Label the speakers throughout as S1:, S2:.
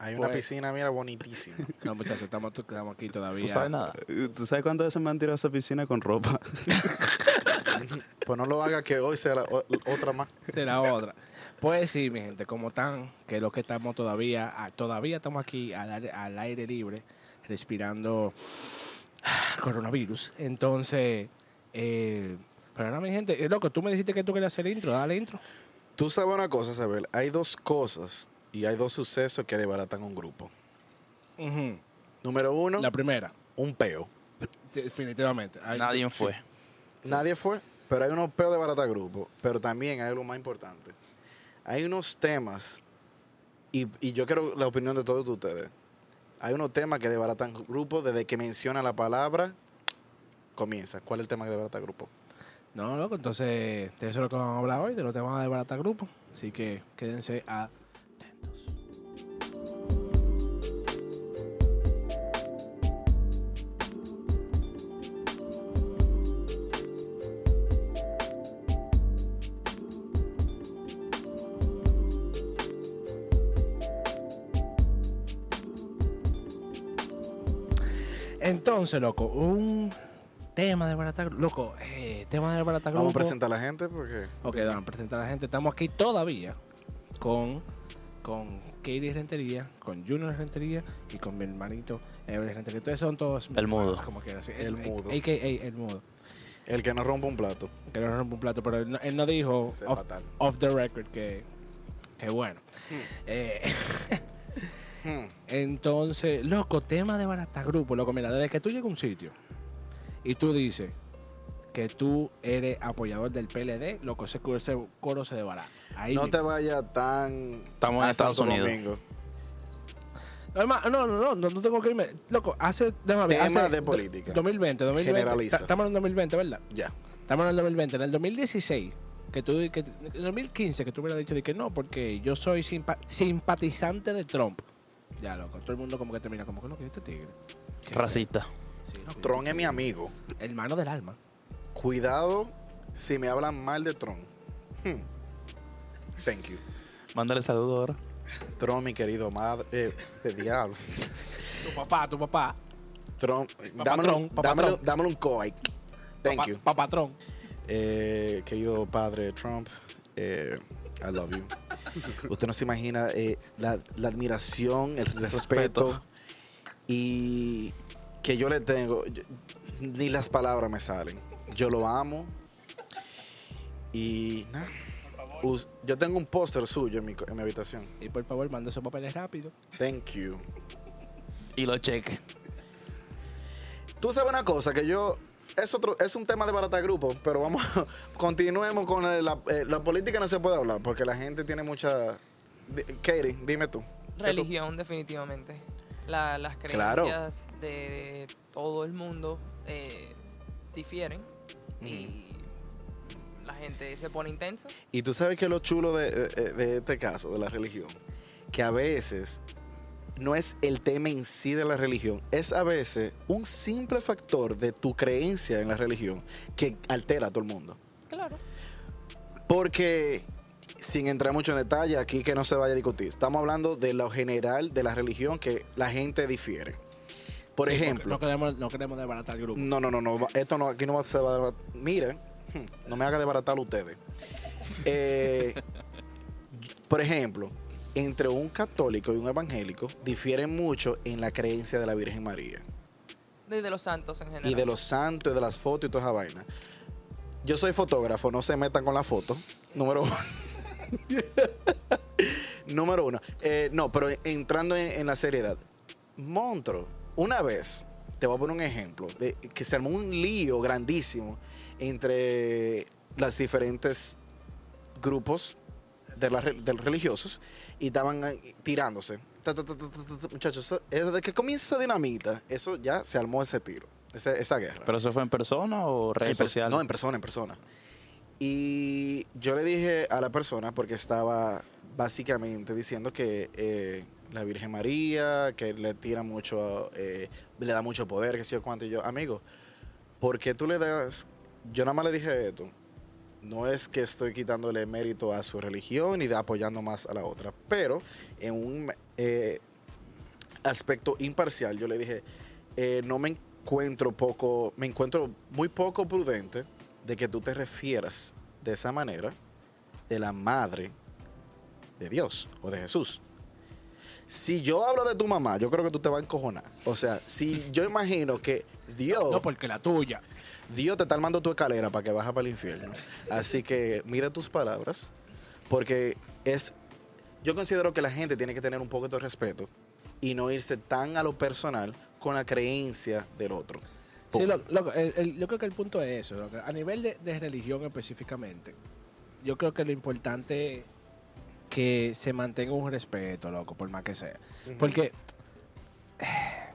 S1: Hay una piscina, mira, bonitísima.
S2: No, muchachos, estamos, estamos aquí todavía.
S3: ¿Tú sabes nada?
S4: ¿Tú sabes cuántas veces me han tirado a esa piscina con ropa?
S1: pues no lo haga que hoy sea la- o- otra más.
S2: Será otra. Pues sí, mi gente, como están, que es lo que estamos todavía, ah, todavía estamos aquí al, aire- al aire libre, respirando ah, coronavirus. Entonces, eh, pero nada, mi gente, eh, loco, tú me dijiste que tú querías hacer intro, dale intro.
S1: Tú sabes una cosa, Isabel. Hay dos cosas y hay dos sucesos que desbaratan un grupo.
S2: Ujú.
S1: Número uno,
S2: La primera,
S1: un peo.
S2: definitivamente. Ay,
S3: Nadie fue.
S1: Nadie fue, pero hay unos peos de barata grupo. Pero también hay algo más importante. Hay unos temas, y, y yo quiero la opinión de todos ustedes. Hay unos temas que desbaratan grupos desde que menciona la palabra, comienza. ¿Cuál es el tema que desbarata grupo?
S2: No, loco, entonces, de eso es lo que vamos a hablar hoy, de los temas de Barata Grupo. Así que quédense a. Entonces, loco, un tema de Barata Grupo. Loco, eh, tema de Barata Grupo.
S1: Vamos a presentar a la gente porque
S2: Ok, vamos a presentar a la gente. Estamos aquí todavía con, con Katie Rentería, con Junior Rentería y con mi hermanito Evelyn Rentería. Ustedes son todos. mis
S3: El mudo.
S2: hermanos, Como quieras.
S1: El mudo.
S2: AKA el mudo.
S1: el que no rompe un plato.
S2: Que no rompe un plato, pero él no, él no dijo
S1: Se
S2: off,
S1: fatal. Mm.
S2: off the record que, que bueno. Eh,
S1: Hmm.
S2: entonces, loco, tema de barata grupo. Loco, mira, desde que tú llegas a un sitio y tú dices que tú eres apoyador del PLD, loco, ese coro se, coro se desbarata. Ahí
S1: No
S2: mismo.
S1: te vayas tan.
S3: Estamos en
S1: a Santo
S3: Estados Unidos.
S1: Domingo.
S2: Además, no, no, no, no, no tengo que irme. Loco, hace. Déjame ver,
S1: Tema
S2: hace
S1: de
S2: do-
S1: política.
S2: 2020, 2020.
S1: Generaliza.
S2: Ta- Estamos en el 2020, ¿verdad?
S1: Ya.
S2: Estamos en el 2020. En el 2016, que tú. Que, en el 2015, que tú hubieras dicho de que no, porque yo soy simpa- simpatizante de Trump. Ya, loco. Todo el mundo como que te mira como que no, que este tigre. Qué
S3: Racista.
S2: feo. Sí, loco.
S1: Tron es mi amigo.
S2: Hermano del alma.
S1: Cuidado si me hablan mal de Tron. Hmm. Thank you.
S3: Mándale saludo ahora.
S1: Tron, mi querido madre. Eh, de diablo.
S2: Tu papá, tu papá.
S1: Tron.
S2: Papá
S1: Dámelo,
S2: Tron, papá
S1: dámelo-
S2: Tron.
S1: dámelo un coi. Thank
S2: papá,
S1: you.
S2: Papatrón.
S1: Eh, querido padre Trump, eh, I love you. Usted no se imagina eh, la, la admiración, el respeto,
S3: Respeto.
S1: y que yo le tengo. Yo- ni las palabras me salen. Yo lo amo. Y nada. Us- Yo tengo un póster suyo en mi, co- en mi habitación.
S2: Y por favor, manda esos papeles rápido.
S1: Thank you.
S3: Y lo cheque.
S1: Tú sabes una cosa que yo. Es, otro, es un tema de barata grupo, pero vamos, continuemos con el- la, eh, la política. No se puede hablar porque la gente tiene mucha. di- Katie, dime tú.
S5: Religión, definitivamente. La- las creencias
S1: Claro.
S5: de, de todo el mundo eh, difieren y la gente se pone intensa.
S1: Y tú sabes que lo chulo de, de- de este caso, de la religión, que a veces no es el tema en sí de la religión, es a veces un simple factor de tu creencia en la religión que altera a todo el mundo.
S5: Claro.
S1: Porque, sin entrar mucho en detalle, aquí que no se vaya a discutir, estamos hablando de lo general de la religión que la gente difiere. Por
S2: Sí, porque
S1: ejemplo,
S2: No queremos, no queremos desbaratar el grupo.
S1: no, no, no, no, va- esto no, aquí no va a ser, barata- miren, hmm, no me haga desbaratar ustedes. Eh, por ejemplo, entre un católico y un evangélico difieren mucho en la creencia de la Virgen María
S5: Desde los santos en general.
S1: y de los santos y de las fotos y toda esa vaina. Yo soy fotógrafo, no se metan con la foto. Número uno. Número uno. Eh, no, pero entrando en, en la seriedad. Montro, una vez, te voy a poner un ejemplo, de, que se armó un lío grandísimo entre las diferentes grupos de la re- del religiosos y estaban eh, tirándose. Ta, ta, ta, ta, ta, ta, ta. Muchachos, eso- desde que comienza esa dinamita, eso ya se armó ese tiro, esa, esa guerra.
S3: ¿Pero eso fue en persona o
S1: En
S3: redes
S1: per-
S3: sociales?
S1: No, en persona, en persona. Y yo le dije a la persona, porque estaba básicamente diciendo que eh, la Virgen María, que le tira mucho, eh, le da mucho poder, que sé yo cuánto. Y yo, amigo, ¿por qué tú le das? Yo nada más le dije esto. No es que estoy quitándole mérito a su religión y de- apoyando más a la otra, pero en un eh, aspecto imparcial, yo le dije, eh, no me encuentro poco, me encuentro muy poco prudente de que tú te refieras de esa manera de la madre de Dios o de Jesús. Si yo hablo de tu mamá, yo creo que tú te vas a encojonar. O sea, si yo imagino que Dios...
S2: No, porque la tuya.
S1: Dios te está armando tu escalera para que bajes para el infierno. Así que mira tus palabras, porque es. Yo considero que la gente tiene que tener un poco de respeto y no irse tan a lo personal con la creencia del otro.
S2: Sí, lo- loco, el- el- yo creo que el punto es eso. loco. A nivel de, de religión específicamente, yo creo que lo importante es que se mantenga un respeto, loco, por más que sea. Porque eh,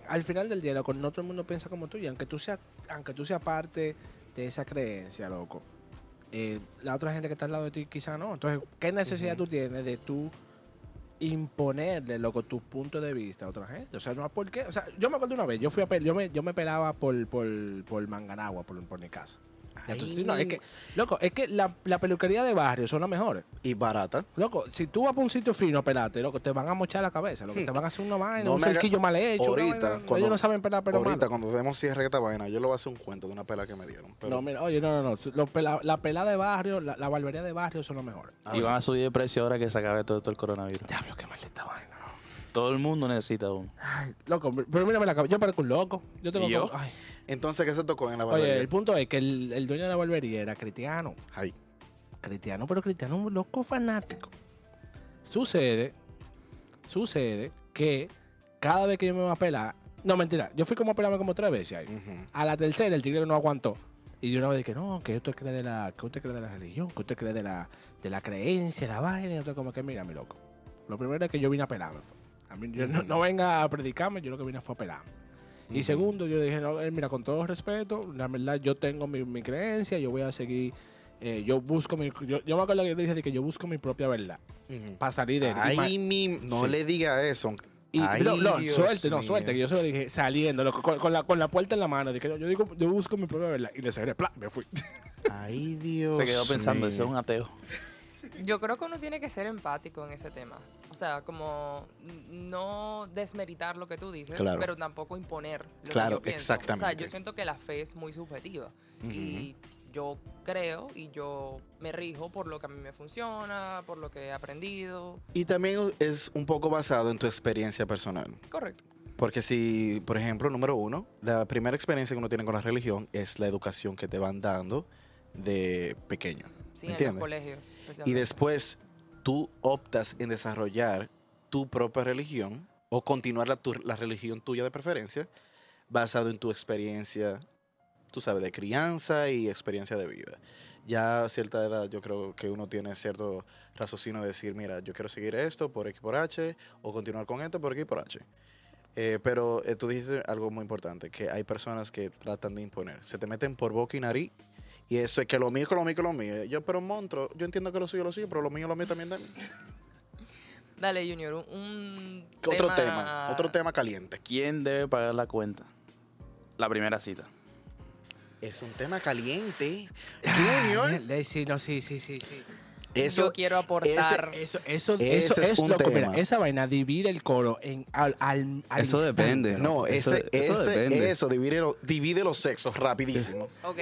S2: al final del día, loco, no todo el mundo piensa como tú. Y aunque tú seas, aunque tú seas parte de esa creencia, loco, eh, la otra gente que está al lado de ti quizá no. Entonces, ¿qué necesidad tú tienes de tú imponerle, loco, tu punto de vista a otra gente. O sea, no por qué. O sea, yo me acuerdo una vez, yo fui a pel- yo me, yo me pelaba por, por, por Manganagua, por, por mi casa. Ya tú-
S1: Ay,
S2: sí, no, es que, loco, es que la, la peluquería de barrio son las mejores.
S1: Y barata.
S2: Loco, si tú vas para un sitio fino a pelarte, loco, te van a mochar la cabeza, loco, te van a hacer una vaina,
S1: No
S2: un
S1: me haga-
S2: cerquillo mal hecho. una
S1: Ahorita,
S2: vaina-
S1: cuando-
S2: ellos no saben pelar, pero
S1: Ahorita,
S2: malo.
S1: cuando demos cierre a esta vaina, yo le voy a hacer un cuento de una pela que me dieron. pero-
S2: No, mira, oye, no, no, no. Los pela- la pelada de barrio, la, la barbería de barrio son las mejores.
S1: A
S3: Y
S1: ver.
S3: van a subir de precio ahora que se acabe todo, todo el coronavirus.
S2: Diablo, qué maldita vaina.
S3: Todo el mundo necesita uno.
S2: Ay, loco, pero mírame la cabeza. Yo parezco un loco. Yo tengo
S3: ¿Y yo?
S2: como- ay.
S1: Entonces, ¿qué se tocó en la
S2: Oye, el
S1: barbería?
S2: punto es que el, el dueño de la barbería era cristiano.
S1: Ay,
S2: Cristiano, pero cristiano un loco fanático. Sucede, sucede que cada vez que yo me voy a pelar, no mentira, yo fui como a pelarme como tres veces ahí. A la tercera el tigre no aguantó. Y yo una vez dije, no, que usted cree de la, que usted cree de la religión, que usted cree de la, de la creencia, la vaina, y yo estoy como que mira, mi loco. Lo primero es que yo vine a pelarme. fue. A mí, yo no, no venga a predicarme, yo lo que vine fue a pelarme. Y segundo, yo dije, no, eh, mira, con todo respeto, la verdad, yo tengo mi, mi creencia, yo voy a seguir, eh, yo busco mi, yo, yo me acuerdo que yo dije de que yo busco mi propia verdad
S1: ujú.
S2: para salir de él. Y ma-
S1: Ay, mi. No le diga eso.
S2: y,
S1: Ay,
S2: no, no,
S1: Dios
S2: suerte, no,
S1: mío.
S2: suerte, que yo se lo dije saliendo, loco, con, con la, con la puerta en la mano, dije, no, yo digo, yo busco mi propia verdad, y le cerré, ¡plá! me fui.
S1: Ay, Dios.
S3: Se quedó pensando,
S1: mío.
S3: ese es un ateo.
S5: Yo creo que uno tiene que ser empático en ese tema. O sea, como n- no desmeritar lo que tú dices,
S1: Claro.
S5: pero tampoco imponer lo
S1: Claro,
S5: que yo pienso. O sea,
S1: exactamente.
S5: yo siento que la fe es muy subjetiva.
S1: Ujú.
S5: Y yo creo y yo me rijo por lo que a mí me funciona, por lo que he aprendido.
S1: Y también es un poco basado en tu experiencia personal.
S5: Correcto.
S1: Porque si, por ejemplo, número uno, la primera experiencia que uno tiene con la religión es la educación que te van dando de pequeño.
S5: Sí, en
S1: ¿Entiendes?
S5: los colegios.
S1: Y
S5: especialmente.
S1: después tú optas en desarrollar tu propia religión o continuar la, tu- la religión tuya de preferencia basado en tu experiencia, tú sabes, de crianza y experiencia de vida. Ya a cierta edad yo creo que uno tiene cierto raciocinio de decir, mira, yo quiero seguir esto por X por H o continuar con esto por X por H. Eh, pero eh, tú dijiste algo muy importante, que hay personas que tratan de imponer, se te meten por boca y nariz y eso es que lo mío es que lo mío es que lo mío. Yo, pero monstruo, yo entiendo que lo suyo es lo suyo, pero lo mío es lo mío también. también.
S5: Dale, Junior, un- un.
S1: Otro tema, otro tema caliente.
S3: ¿Quién debe pagar la cuenta? La primera cita.
S1: Es un tema caliente. Junior,
S2: Le- sí, no, sí, sí, sí, sí.
S1: eso.
S5: yo quiero aportar.
S2: Eso, eso,
S1: Ese
S2: eso
S1: es
S2: es,
S1: un
S2: loco,
S1: tema.
S2: mira, esa vaina divide el coro en, al, al- al
S4: Eso
S2: instante,
S4: depende.
S2: loco.
S1: no,
S4: Eso-
S1: ese,
S4: eso
S1: ese-
S4: depende.
S1: eso, divide, lo- divide los sexos rapidísimo.
S5: Ok,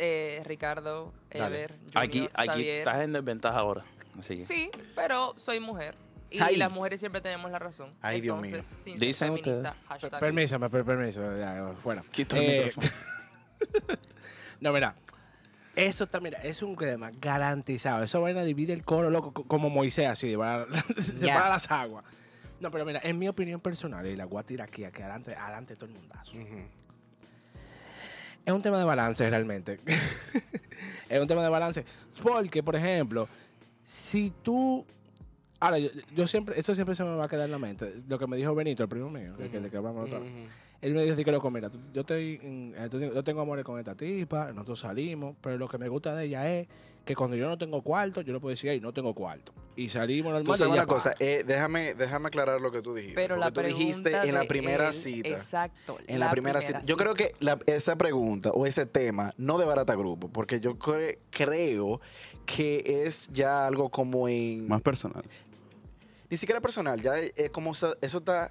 S5: eh, Ricardo,
S1: Dale.
S5: Ever, Junior,
S3: Aquí, aquí
S5: Xavier.
S3: estás en desventaja ahora. Así que.
S5: Sí, pero soy mujer. Y
S1: Ay.
S5: las mujeres siempre tenemos la razón.
S1: Ay, Dios
S5: Entonces, sin ser
S3: Dicen
S5: feminista,
S2: Per-
S5: hashtag.
S2: Permísame, per- permiso, ya, fuera. Eh,
S3: Quito el micrófono.
S2: no, mira, eso está, mira, es un tema garantizado. Esa vaina divide el coro, loco, co- como Moisés, así, va- separa las aguas. No, pero mira, en mi opinión personal, y la voy a tirar aquí, aquí adelante, adelante todo el mundazo. Es un tema de balance realmente. es un tema de balance. Porque, por ejemplo, si tú Ahora, yo, yo siempre, eso siempre se me va a quedar en la mente. Lo que me dijo Benito, el primo mío, de que, de que hablamos la otra vez. Él me dijo así que loco, mira, tú- yo, estoy, en- eh, tú- yo tengo amores con esta tipa, nosotros salimos, pero lo que me gusta de ella es que cuando yo no tengo cuarto, yo le puedo decir, hey, no tengo cuarto. Y salimos normal.
S1: Tú
S2: y
S1: sabes
S2: ella
S1: una cosa,
S2: paga.
S1: eh, déjame, déjame aclarar lo que tú dijiste.
S5: Pero la
S1: porque tú dijiste
S5: pregunta
S1: en la
S5: de
S1: primera
S5: él-
S1: cita.
S5: Exacto.
S1: En la, primera, cita. Yo creo que la- esa pregunta o ese tema no de barata grupo, porque yo cre- creo que es ya algo como en
S4: Más personal.
S1: eh, ni siquiera personal, ya es como sa- eso está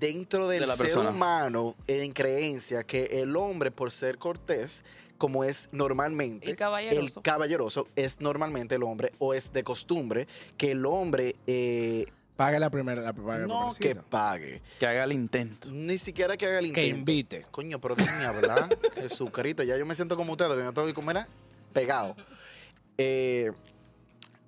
S1: dentro del
S3: De la
S1: ser
S3: persona.
S1: humano en creencia que el hombre, por ser cortés, como es normalmente,
S5: Y caballeroso.
S1: el caballeroso es normalmente el hombre o es de costumbre que el hombre eh,
S2: Pague la primera. La, pague la
S1: no
S2: primera
S1: que
S2: cita.
S1: pague,
S3: Que haga el intento.
S1: ni siquiera que haga el
S2: Que
S1: intento.
S2: invite.
S1: Coño, pero déjenme hablar. Jesucristo, ya yo me siento como ustedes, que yo estoy como era pegado. Eh,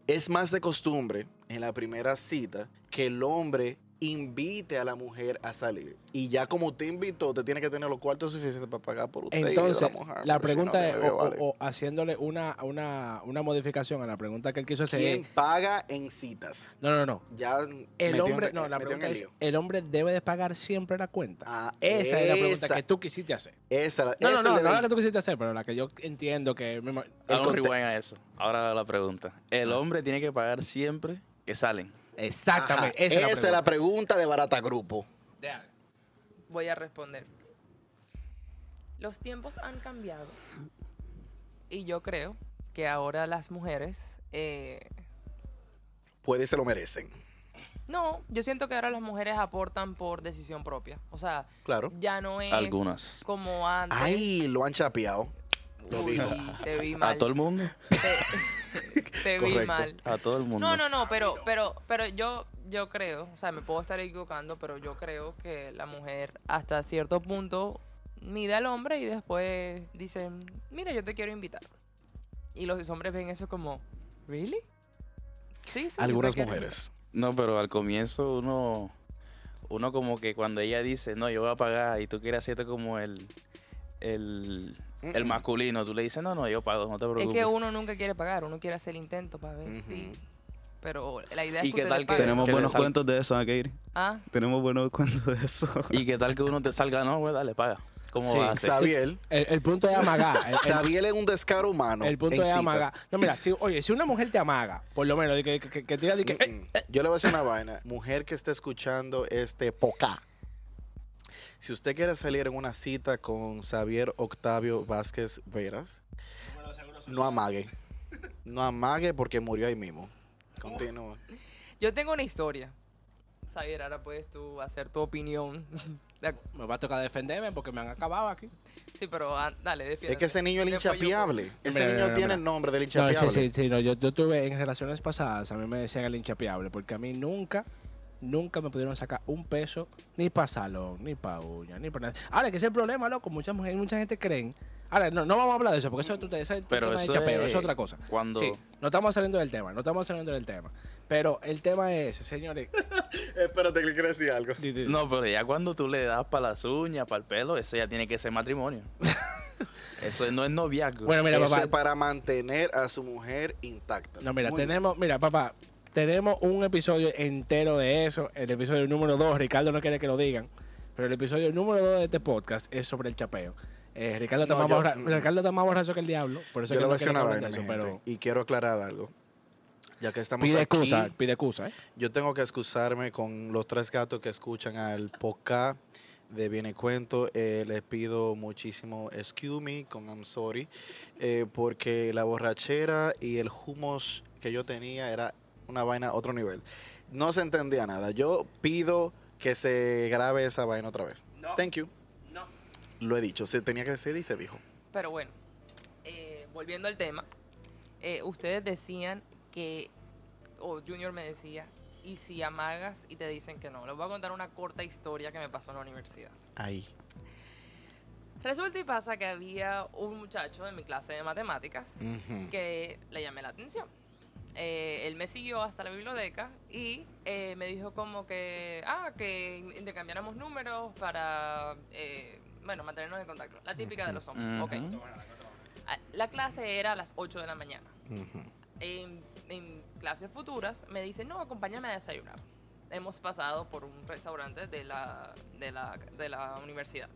S1: es más de costumbre en la primera cita que el hombre invite a la mujer a salir. Y ya como te invitó, te tiene que tener los cuartos suficientes para pagar por usted. y
S2: Entonces,
S1: la, mujer,
S2: la
S1: porque si no,
S2: pregunta
S1: no
S2: es,
S1: le
S2: o,
S1: vale.
S2: o- o haciéndole una, una, una modificación a la pregunta que él quiso hacer.
S1: ¿quién
S2: es-
S1: paga en citas?
S2: No, no, no.
S1: Ya
S2: El
S1: metió en-
S2: hombre, no, la
S1: metió en
S2: pregunta
S1: el
S2: es,
S1: lío.
S2: ¿el hombre debe de pagar siempre la cuenta?
S1: Ah,
S2: esa, es la pregunta
S1: esa.
S2: que tú quisiste hacer.
S1: Esa,
S2: No, no,
S1: esa
S2: no,
S1: le
S2: no
S1: doy.
S2: la que tú quisiste hacer, pero la que yo entiendo que... me ma-
S3: Haga un
S1: conte-
S3: rewind a eso. Ahora la pregunta. El hombre tiene que pagar siempre que salen.
S1: Ajá,
S2: Exactamente, esa,
S1: esa
S2: es la pregunta.
S1: de Barata Grupo.
S2: Deja.
S5: Voy a responder. Los tiempos han cambiado. Y yo creo que ahora las mujeres. eh,
S1: Puede se lo merecen.
S5: no, yo siento que ahora las mujeres aportan por decisión propia. O sea,
S1: Claro.
S5: ya no es
S3: Algunas.
S5: como antes.
S1: Ay, lo han chapeado. Lo
S5: Uy,
S1: dijo.
S5: Te vi mal.
S3: A todo el mundo.
S5: Te, te vi
S1: Correcto.
S5: mal.
S3: A todo el mundo.
S5: No, no, no, pero, pero, pero yo, yo creo, o sea, me puedo estar equivocando, pero yo creo que la mujer hasta cierto punto mide al hombre y después dice, mira, yo te quiero invitar. Y los hombres ven eso como, ¿really? Sí, sí. yo te
S1: Algunas
S5: quiero
S1: mujeres.
S3: No, pero al comienzo uno, uno como que cuando ella dice, no, yo voy a pagar y tú quieres hacerte como el, el, el masculino, tú le dices, no, no, yo pago, no te
S5: invitar". Es
S3: preocupes.
S5: que uno nunca quiere pagar, uno quiere hacer el intento para ver si... Pero la idea es
S3: ¿Y qué
S5: que ustedes
S3: tal que-
S5: paguen.
S4: Tenemos
S3: que le
S4: buenos
S3: sal-
S4: cuentos de eso, ¿ah, Keiri?
S5: Ah,
S4: Tenemos buenos cuentos de eso.
S3: Y qué tal que uno te salga, no, güey, dale, paga. ¿Cómo
S2: Sí,
S3: vas a hacer?
S1: Xavier.
S2: El, el punto es amagar. el- el-
S1: Xavier es un descaro humano.
S2: El punto
S1: en
S2: es
S1: cita.
S2: amagar. No, mira, si, oye, si una mujer te amaga, por lo menos, de que, que, que- que te diga, de que,
S1: Mm,
S2: "Eh,
S1: mm. Yo le voy a decir una vaina. Mujer que está escuchando este poca. Si usted quiere salir en una cita con Xavier Octavio Vázquez Veras, no amague. No amague porque murió ahí mismo. Continúa.
S5: yo tengo una historia. Xavier, ahora puedes tú hacer tu opinión. La-
S2: me va a tocar defenderme porque me han acabado aquí.
S5: sí, pero ah, dale, defiende.
S1: Es que ese niño es el hinchapeable. Ese
S2: Mira,
S1: niño
S2: mira, mira,
S1: tiene
S2: mira.
S1: el nombre del
S2: No, sí,
S1: hinchapeable.
S2: sí, sí, no, yo, yo tuve en relaciones pasadas, a mí me decían el hinchapeable, porque a mí nunca, nunca me pudieron sacar un peso, ni para salón, ni para uña, ni para nada. Ahora, que ese es el problema, loco, muchas mujeres, mucha gente creen. Ahora, no, no vamos a hablar de eso, porque eso, es otro- eso es
S3: Pero
S2: tema de
S3: eso
S2: chapeo,
S3: es
S2: eso es otra cosa.
S3: cuando-
S2: Sí, no estamos saliendo del tema, no estamos saliendo del tema. Pero el tema es, señores...
S1: Espérate que le quiero decir algo.
S2: di- di-
S3: No, pero ya cuando tú le das para las uñas, para el pelo, eso ya tiene que ser matrimonio. eso no es noviazgo.
S2: Bueno, mira,
S1: Eso
S2: papá,
S1: es para mantener a su mujer intacta.
S2: No, mira,
S1: Muy bien.
S2: tenemos, mira, papá, tenemos un episodio entero de eso. El episodio número 2, Ricardo no quiere que lo digan, pero el episodio número 2 de este podcast es sobre el chapeo. Eh, Ricardo, está
S1: No,
S2: más
S1: yo-
S2: borra- Ricardo está más borracho que el diablo, por eso
S1: Yo
S2: es
S1: le
S2: que
S1: voy a
S2: no
S1: decir
S2: quiere que
S1: una
S2: hablen
S1: vaina,
S2: de eso,
S1: mi
S2: pero
S1: gente, y quiero aclarar algo. Ya que estamos
S2: pide
S1: aquí,
S2: excusa, pide excusa, ¿eh?
S1: yo tengo que excusarme con los tres gatos que escuchan al podcast de Viene Cuento. Eh, les pido muchísimo excuse me con I'm sorry, eh, porque la borrachera y el humos que yo tenía era una vaina a otro nivel. No se entendía nada. Yo pido que se grabe esa vaina otra vez. Thank you. Lo he dicho, se tenía que decir y se dijo.
S5: Pero bueno, eh, volviendo al tema, eh, ustedes decían que, o Junior me decía, y si amagas y te dicen que no. Les voy a contar una corta historia que me pasó en la universidad.
S1: Ahí.
S5: Resulta y pasa que había un muchacho en mi clase de matemáticas
S1: Ujú.
S5: que le llamé la atención. Eh, él me siguió hasta la biblioteca y eh, me dijo como que, ah, que intercambiáramos números para, eh, bueno, mantenernos en contacto. La típica de los hombres, ok.
S3: Ujú.
S5: Ah, La clase era a las 8 de la mañana.
S1: Ujú.
S5: En, en clases futuras me dice, no, acompáñame a desayunar. Hemos pasado por un restaurante de la, de la, de la universidad.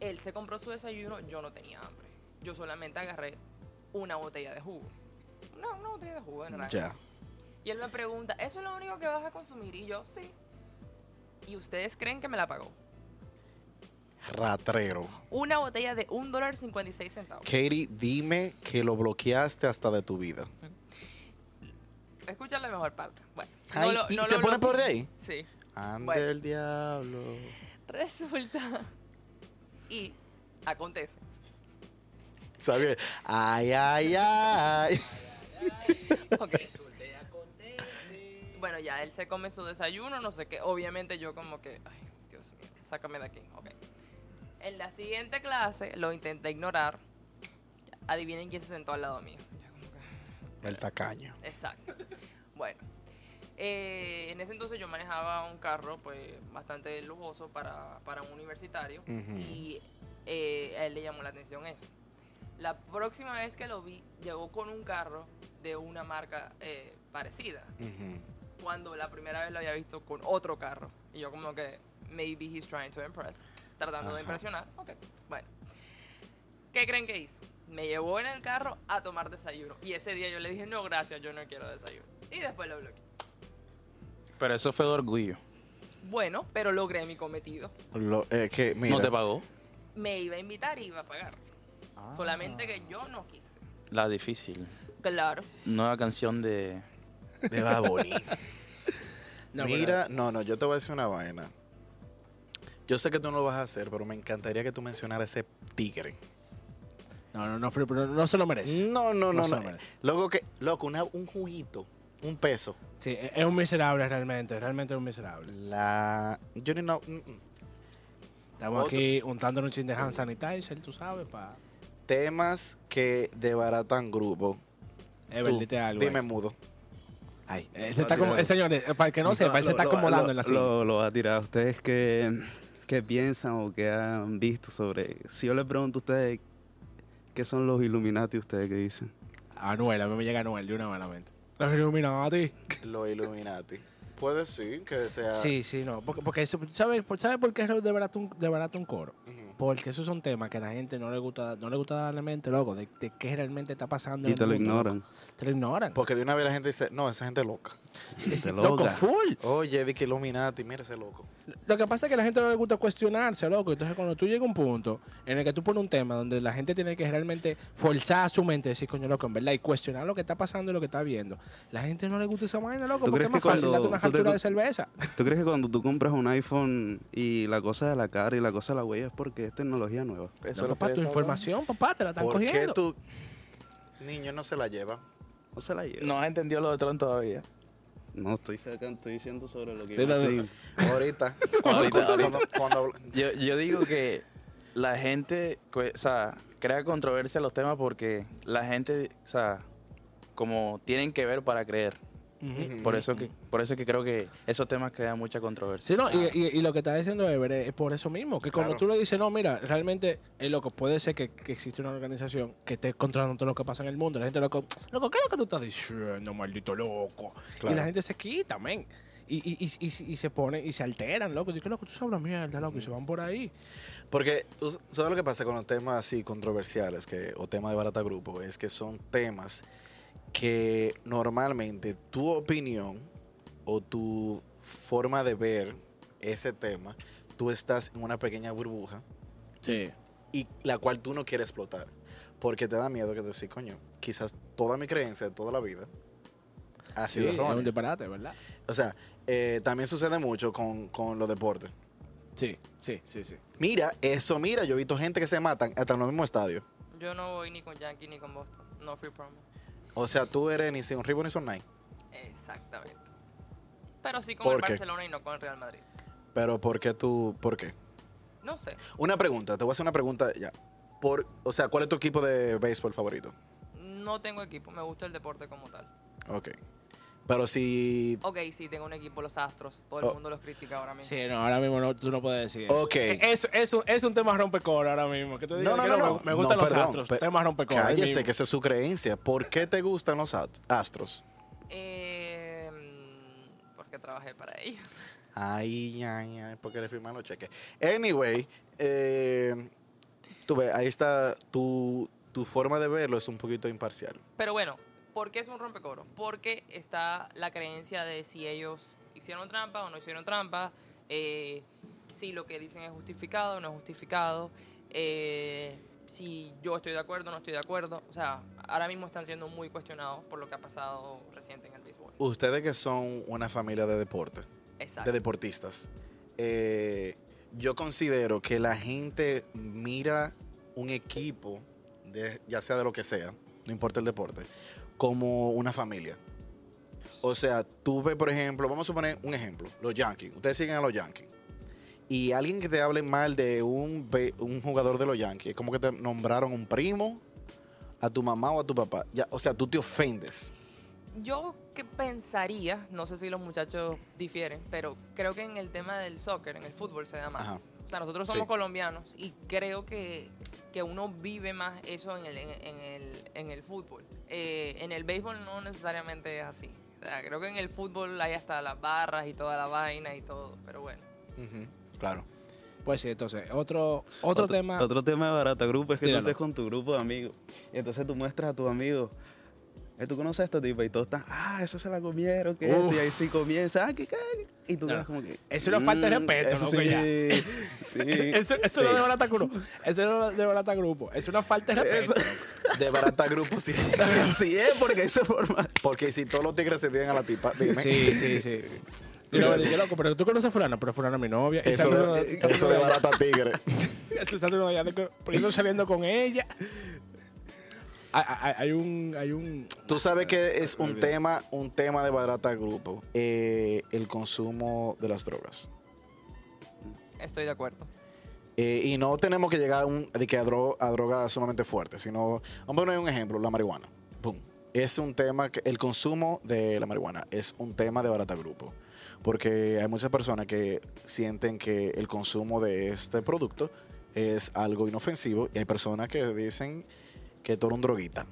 S5: Él se compró su desayuno, yo no tenía hambre. Yo solamente agarré una botella de jugo. No, una botella de jugo de naranja.
S1: Ya.
S5: Y él me pregunta, ¿eso es lo único que vas a consumir? Y yo, sí. ¿Y ustedes creen que me la pagó?
S1: Ratrero.
S5: Una botella de un dólar 56 centavos.
S1: Katie, dime que lo bloqueaste hasta de tu vida.
S5: Escucha la mejor parte. Bueno,
S1: Ay, ¿y se pone
S5: bloqueé.
S1: por de ahí?
S5: Sí.
S1: Ande
S5: Bueno.
S1: el diablo.
S5: Resulta y acontece
S1: ¿Sabes? Ay, ay, ay.
S5: Ok. Bueno, ya él se come su desayuno, no sé qué. Obviamente yo como que, ay, Dios mío, sácame de aquí. Ok. En la siguiente clase lo intenté ignorar. Adivinen quién se sentó al lado mío. Yo como que,
S1: El tacaño.
S5: Exacto. Bueno. eh, en ese entonces yo manejaba un carro pues bastante lujoso para, para un universitario
S1: Ujú.
S5: y eh, a él le llamó la atención eso. La próxima vez que lo vi llegó con un carro de una marca eh, parecida
S1: Ujú.
S5: cuando la primera vez lo había visto con otro carro. Y yo como que, maybe he's trying to impress. Tratando
S1: Ajá.
S5: de impresionar. Ok, bueno. ¿Qué creen que hizo? Me llevó en el carro a tomar desayuno. Y ese día yo le dije, no, gracias, yo no quiero desayuno. Y después lo bloqueé.
S3: Pero eso fue de orgullo.
S5: Bueno, pero logré mi cometido.
S1: Lo- eh, que, mira,
S3: No te pagó.
S5: Me iba a invitar y iba a pagar.
S1: Ah.
S5: Solamente que yo no quise.
S3: La difícil.
S5: Claro.
S3: Nueva canción de.
S1: de Bad Bunny.
S2: No,
S1: Mira, no, no, yo te voy a decir una vaina. Yo sé que tú no lo vas a hacer, pero me encantaría que tú mencionaras ese tigre.
S2: pero- No, no, no, Free, pero no se lo merece.
S1: No, no,
S2: No
S1: no,
S2: se
S1: no.
S2: lo merece.
S1: Loco, que, loco una- un juguito, un peso.
S2: Sí, e-, es es un miserable realmente, realmente es un miserable.
S1: La. Yo ni no. mm, mm.
S2: Estamos
S1: Otro-
S2: aquí untándonos un chin de hand sanitizer, tú sabes, para...
S1: Temas que debaratan grupo. Tú,
S2: Ever, dite algo.
S1: Dime
S2: ahí.
S1: mudo.
S2: Ay, él se está como,
S4: Tira-
S2: eh, señores, eh, para el que no sepa, él se está acomodando en la silla.
S4: Lo, lo va a tirar. ¿Ustedes qué, qué piensan o qué han visto sobre...? Si yo les pregunto a ustedes, ¿qué son los Illuminati ustedes qué dicen?
S2: Anuel, a mí me llega Anuel de una mala mente. Los Illuminati.
S1: Los Illuminati. Puede sí, que sea.
S2: Sí, sí, no. Porque, porque eso, ¿sabes por, sabe por qué es de barato, un, de barato un coro?
S1: Ujú.
S2: Porque esos son temas que a la gente no le gusta, no le gusta darle mente, loco, de, de qué realmente está pasando.
S4: Y
S2: en
S4: te
S2: el
S4: lo
S2: mundo,
S4: ignoran.
S2: loco. Te lo ignoran.
S1: Porque de una vez la gente dice, no, esa gente es loca.
S2: Es
S4: te
S2: loco,
S4: logra.
S2: full.
S1: Oye, di que Illuminati, mira ese loco.
S2: Lo que pasa es que a la gente no le gusta cuestionarse, loco. Entonces, cuando tú llegas a un punto en el que tú pones un tema donde la gente tiene que realmente forzar su mente, decir, coño, loco, en verdad, y cuestionar lo que está pasando y lo que está viendo, la gente no le gusta esa vaina, loco,
S4: ¿Tú
S2: porque
S4: crees
S2: es más
S4: que
S2: fácil
S4: cuando
S2: darte una
S4: tú te
S2: captura
S4: cu-
S2: de cerveza.
S4: ¿Tú crees que cuando tú compras un iPhone y la cosa de la cara y la cosa de la huella es porque es tecnología nueva?
S3: Eso
S2: No,
S3: es lo
S2: papá,
S3: que
S2: tu
S3: está
S2: información, papá, te la están
S1: ¿Por qué
S2: cogiendo.
S1: tú. Niño no se la lleva?
S4: No se la lleva.
S3: hablando. No has entendido lo de Tron todavía.
S4: No, estoy sacando, estoy diciendo sobre lo que
S2: Sí,
S4: yo
S2: no,
S4: estoy-
S2: no.
S1: Ahorita.
S3: Ahorita, ahorita.
S1: Cuando- cuando-
S3: Yo, yo digo que la gente, cu- o sea, crea controversia los temas porque la gente, o sea, como tienen que ver para creer. Por eso que, por eso que creo que esos temas crean mucha controversia.
S2: Sí, no, y, y- y lo que está diciendo Ever es por eso mismo, que cuando
S1: Claro.
S2: tú le dices, no, mira, realmente es loco, puede ser que, que existe una organización que esté controlando todo lo que pasa en el mundo, la gente loco, loco, ¿qué es lo que tú estás diciendo, maldito loco? Y
S1: Claro.
S2: la gente se quita, men. Y, y, y, y- y se ponen y se alteran, loco. Dicen, loco, tú sabes la mierda, loco, y se van por ahí.
S1: Porque, tú ¿sabes lo que pasa con los temas así controversiales que, o temas de barata grupo? Es que son temas que normalmente tu opinión o tu forma de ver ese tema, tú estás en una pequeña burbuja
S2: Sí.
S1: y la cual tú no quieres explotar. Porque te da miedo que te decís, coño, quizás toda mi creencia de toda la vida ha
S2: Sí,
S1: sido
S2: es
S1: errónea".
S2: un disparate, ¿verdad?
S1: O sea, eh, también sucede mucho con, con los deportes.
S2: Sí, sí, sí, sí.
S1: Mira, eso, mira, yo he visto gente que se matan hasta en los mismos estadios.
S5: Yo no voy ni con Yankee ni con Boston. No free promo.
S1: O sea, tú eres ni sin Ribbon ni sin Nike.
S5: Exactamente. Pero sí con
S1: ¿Por
S5: el
S1: qué?
S5: Barcelona y no con el Real Madrid.
S1: Pero ¿por qué tú? ¿Por qué?
S5: No sé.
S1: Una pregunta, te voy a hacer una pregunta ya. Por, o sea, ¿cuál es tu equipo de béisbol favorito?
S5: No tengo equipo, me gusta el deporte como tal.
S1: Ok. Pero si...
S5: Ok, sí, tengo un equipo, los Astros. Todo el
S1: Oh.
S5: mundo los critica ahora mismo.
S2: Sí, no, ahora mismo no, tú no puedes decir eso.
S1: Ok.
S2: Es, es, un, es un tema rompecoro ahora mismo. Que tú digas,
S1: No, no,
S2: que
S1: no, no.
S2: Me, me gustan
S1: No,
S2: los
S1: perdón,
S2: astros.
S1: pe-
S2: Temas rompecoro. ahí
S1: Cállese,
S2: mismo.
S1: que esa es su creencia. ¿Por qué te gustan los at- astros?
S5: Eh, mm, porque trabajé para ellos.
S1: Ay, ay, ay, porque le firman los cheques. Anyway, eh, tú ves, ahí está tu, tu forma de verlo es un poquito imparcial.
S5: Pero bueno, ¿por qué es un rompecoro? Porque está la creencia de si ellos hicieron trampa o no hicieron trampa, eh, si lo que dicen es justificado o no es justificado, eh, si yo estoy de acuerdo o no estoy de acuerdo. O sea, ahora mismo están siendo muy cuestionados por lo que ha pasado reciente en el béisbol.
S1: Ustedes que son una familia de deporte,
S5: Exacto.
S1: de deportistas. Eh, yo considero que la gente mira un equipo, de, ya sea de lo que sea, no importa el deporte, como una familia. O sea, tú ves, por ejemplo, vamos a suponer un ejemplo, los Yankees. Ustedes siguen a los Yankees. Y alguien que te hable mal de un, ve- un jugador de los Yankees, es como que te nombraron un primo, a tu mamá o a tu papá. Ya, o sea, tú te ofendes.
S5: Yo que pensaría, no sé si los muchachos difieren, pero creo que en el tema del soccer, en el fútbol se da más.
S1: Ajá.
S5: O sea, nosotros somos
S1: Sí.
S5: colombianos y creo que, que uno vive más eso en el, en, en el, en el fútbol. Eh, en el béisbol no necesariamente es así. O sea, creo que en el fútbol hay hasta las barras y toda la vaina y todo, pero bueno.
S1: Claro.
S2: Pues sí, entonces, otro, otro, tema.
S4: Otro tema de barata grupo es que
S2: Tíralo.
S4: tú estés con tu grupo de amigos. Y entonces tú muestras a tus amigos. eh, Tú conoces a esta tipa y todos están, ah, eso se la comieron, que esto", y ahí sí comienza, ah, que cae. Y tú
S2: No,
S4: ves como que. "Mm,
S2: es una falta de respeto,
S4: eso
S2: loco,
S4: sí,
S2: ya".
S4: sí,
S2: eso eso
S4: sí.
S2: no es de barata grupo. Eso no es de barata grupo. Es una falta de respeto. loco.
S1: De barata grupo, sí.
S4: Sí, es porque eso forma.
S1: Porque si todos los tigres se tiran a la tipa, dime.
S2: Sí, sí, sí. Y luego le dije, loco, pero tú conoces a Fulano, pero Fulano es mi novia. Y
S1: Eso,
S2: Sandro-
S1: de, eso de barata tigre.
S2: Eso es algo ya de que- por eso saliendo con ella. Hay, hay- hay un. Hay un
S1: Tú sabes que es
S2: me
S1: un
S2: olvidé.
S1: tema, un tema de barata grupo. eh, el consumo de las drogas.
S5: Estoy de acuerdo.
S1: Eh, y no tenemos que llegar a, un- de que a, dro- a drogas sumamente fuertes, sino, vamos a poner un ejemplo, la marihuana. Boom. Es un tema, que, el consumo de la marihuana es un tema de barata grupo. Porque hay muchas personas que sienten que el consumo de este producto es algo inofensivo y hay personas que dicen que tú eres un droguita.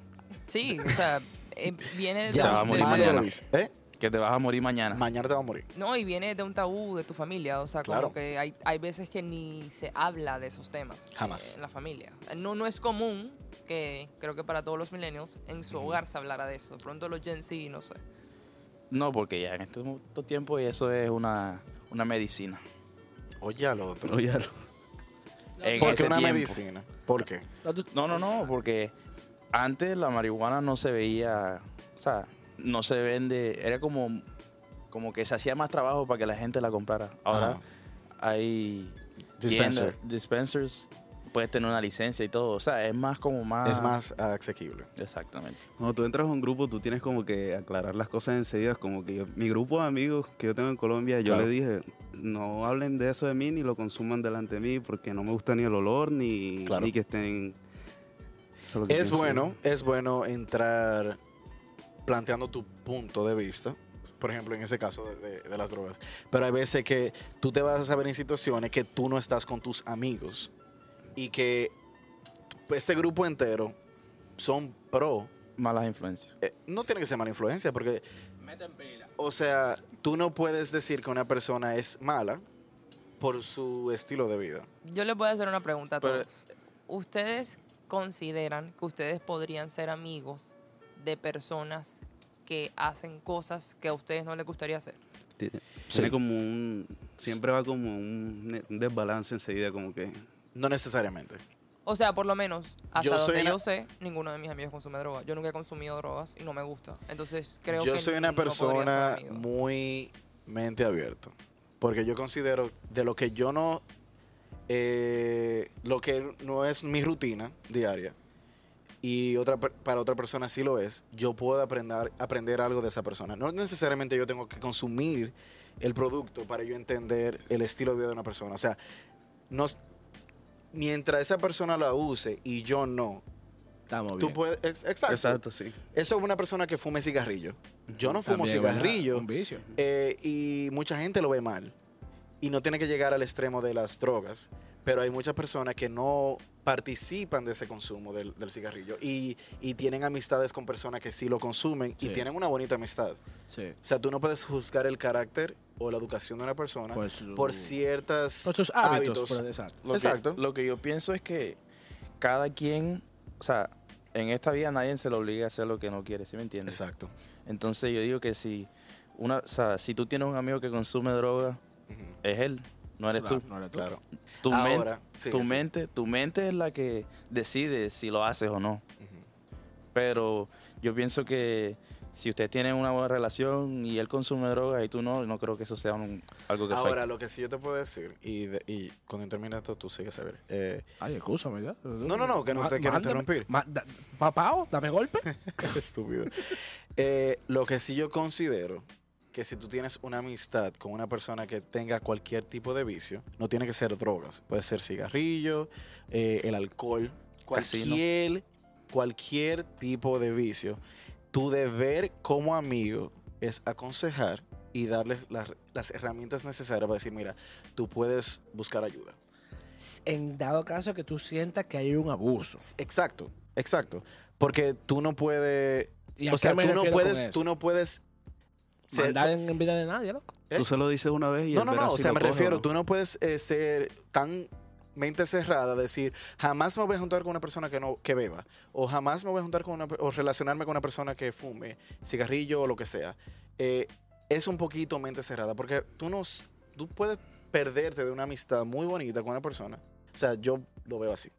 S5: Sí, o sea, eh, viene de,
S3: Ya,
S5: de-
S3: vamos
S5: de-
S3: a
S1: mal lo
S3: mañana.
S1: dice. ¿Eh?
S3: Que te vas a morir mañana.
S1: Mañana te va a morir.
S5: No, y viene de un tabú de tu familia, o sea, como
S1: Claro.
S5: que hay, hay veces que ni se habla de esos temas
S1: Jamás.
S5: eh, en la familia. No, no es común que creo que para todos los millennials en su hogar se hablara de eso. De pronto los Gen Z, no sé.
S3: No, porque ya en estos estos tiempos eso es una, una medicina.
S1: Oye al otro.
S4: Oye, lo-
S3: En
S1: ¿Por qué
S3: este
S1: una
S3: tiempo.
S1: medicina? ¿Por qué?
S3: No, no, no, porque antes la marihuana no se veía, o sea, no se vende, era como, como que se hacía más trabajo para que la gente la comprara. Ahora hay
S1: Dispenser.
S3: tiendas, dispensers, puedes tener una licencia y todo, o sea, es más como más...
S1: Es más asequible.
S3: Exactamente.
S4: Cuando tú entras a un grupo, tú tienes como que aclarar las cosas enseguida. Como que yo- mi grupo de amigos que yo tengo en Colombia, yo
S1: Claro.
S4: le dije, no hablen de eso de mí ni lo consuman delante de mí porque no me gusta ni el olor ni,
S1: Claro.
S4: ni que estén... Eso lo que
S1: Es
S4: pienso.
S1: bueno, es bueno entrar planteando tu punto de vista. Por ejemplo, en ese caso de, de- de las drogas. Pero hay veces que tú te vas a ver en situaciones que tú no estás con tus amigos y que ese grupo entero son pro.
S3: Malas influencias.
S1: Eh, no tiene que ser mala influencia porque O sea, tú no puedes decir que una persona es mala por su estilo de vida.
S5: Yo les voy a hacer una pregunta a
S3: Pero-
S5: todos. ¿Ustedes consideran que ustedes podrían ser amigos de personas que hacen cosas que a ustedes no les gustaría hacer?
S4: Tiene,
S3: Sí.
S4: tiene como un... Siempre va como un, un desbalance enseguida, como que...
S1: No necesariamente.
S5: O sea, por lo menos, hasta
S1: Yo soy
S5: donde
S1: una-
S5: yo sé, ninguno de mis amigos consume droga. Yo nunca he consumido drogas y no me gusta. Entonces, creo
S1: yo
S5: que
S1: soy una
S5: no podría ser
S1: persona
S5: amigo.
S1: muy mente abierta. Porque yo considero de lo que yo no. eh, lo que no es mi rutina diaria y otra per- para otra persona sí lo es, yo puedo aprender, aprender algo de esa persona. No necesariamente yo tengo que consumir el producto para yo entender el estilo de vida de una persona. O sea, no, s- mientras esa persona la use y yo no,
S2: Estamos bien.
S1: tú puedes. ex- Exacto.
S4: Exacto, sí.
S1: Eso es una persona que fume cigarrillo. Yo no fumo
S2: También, ¿verdad?
S1: cigarrillo
S2: Un vicio.
S1: eh, y mucha gente lo ve mal. Y no tiene que llegar al extremo de las drogas. Pero hay muchas personas que no participan de ese consumo del, del cigarrillo y, y tienen amistades con personas que sí lo consumen y
S2: Sí.
S1: tienen una bonita amistad.
S2: Sí.
S1: O sea, tú no puedes juzgar el carácter o la educación de una persona
S2: Por su-
S1: por ciertas
S2: Pues, Por sus hábitos. por- exacto.
S3: Lo que-
S1: Exacto.
S3: lo que yo pienso es que cada quien, o sea, en esta vida nadie se le obliga a hacer lo que no quiere, ¿sí me entiendes?
S1: Exacto.
S3: Entonces yo digo que si una, o sea, si tú tienes un amigo que consume droga,
S1: Ujú.
S3: es él, no eres
S2: Claro,
S3: tú.
S2: no eres tú.
S1: Claro.
S3: Tu,
S1: Ahora,
S3: mente,
S1: sí,
S3: tu
S1: sí.
S3: mente, tu mente es la que decide si lo haces o no. Pero yo pienso que si usted tiene una buena relación y él consume droga y tú no, no creo que eso sea un- algo que
S1: Ahora,
S3: afecte.
S1: lo que sí yo te puedo decir, y, de- y cuando termine esto tú sigues a ver. eh,
S2: Ay, escúchame ya.
S1: No, no, no, que no te quiero interrumpir.
S2: Papao, oh, dame golpe.
S1: Qué estúpido. Eh, lo que sí yo considero que si tú tienes una amistad con una persona que tenga cualquier tipo de vicio, no tiene que ser drogas, puede ser cigarrillo, eh, el alcohol,
S3: Casino.
S1: cualquier, cualquier tipo de vicio. Tu deber como amigo es aconsejar y darles las, las herramientas necesarias para decir, mira, tú puedes buscar ayuda.
S2: En dado caso que tú sientas que hay un abuso.
S1: Exacto, exacto. Porque tú no puedes,
S2: ¿Y a
S1: o
S2: qué
S1: sea,
S2: me
S1: tú no
S2: refiero con
S1: puedes,
S2: eso?
S1: tú no puedes ser-
S2: Mandar en, en vida de nadie, loco.
S1: ¿Eh?
S4: Tú se lo dices una vez y
S1: No,
S4: él
S1: no,
S4: verá
S1: no. O
S4: si
S1: sea,
S4: lo
S1: me
S4: coge o
S1: refiero,
S4: no.
S1: tú no puedes eh, ser tan mente cerrada, decir, jamás me voy a juntar con una persona que no que beba, o jamás me voy a juntar con una, pe- o relacionarme con una persona que fume, cigarrillo o lo que sea. Eh, es un poquito mente cerrada, porque tú no, s- tú puedes perderte de una amistad muy bonita con una persona. O sea, yo lo veo así.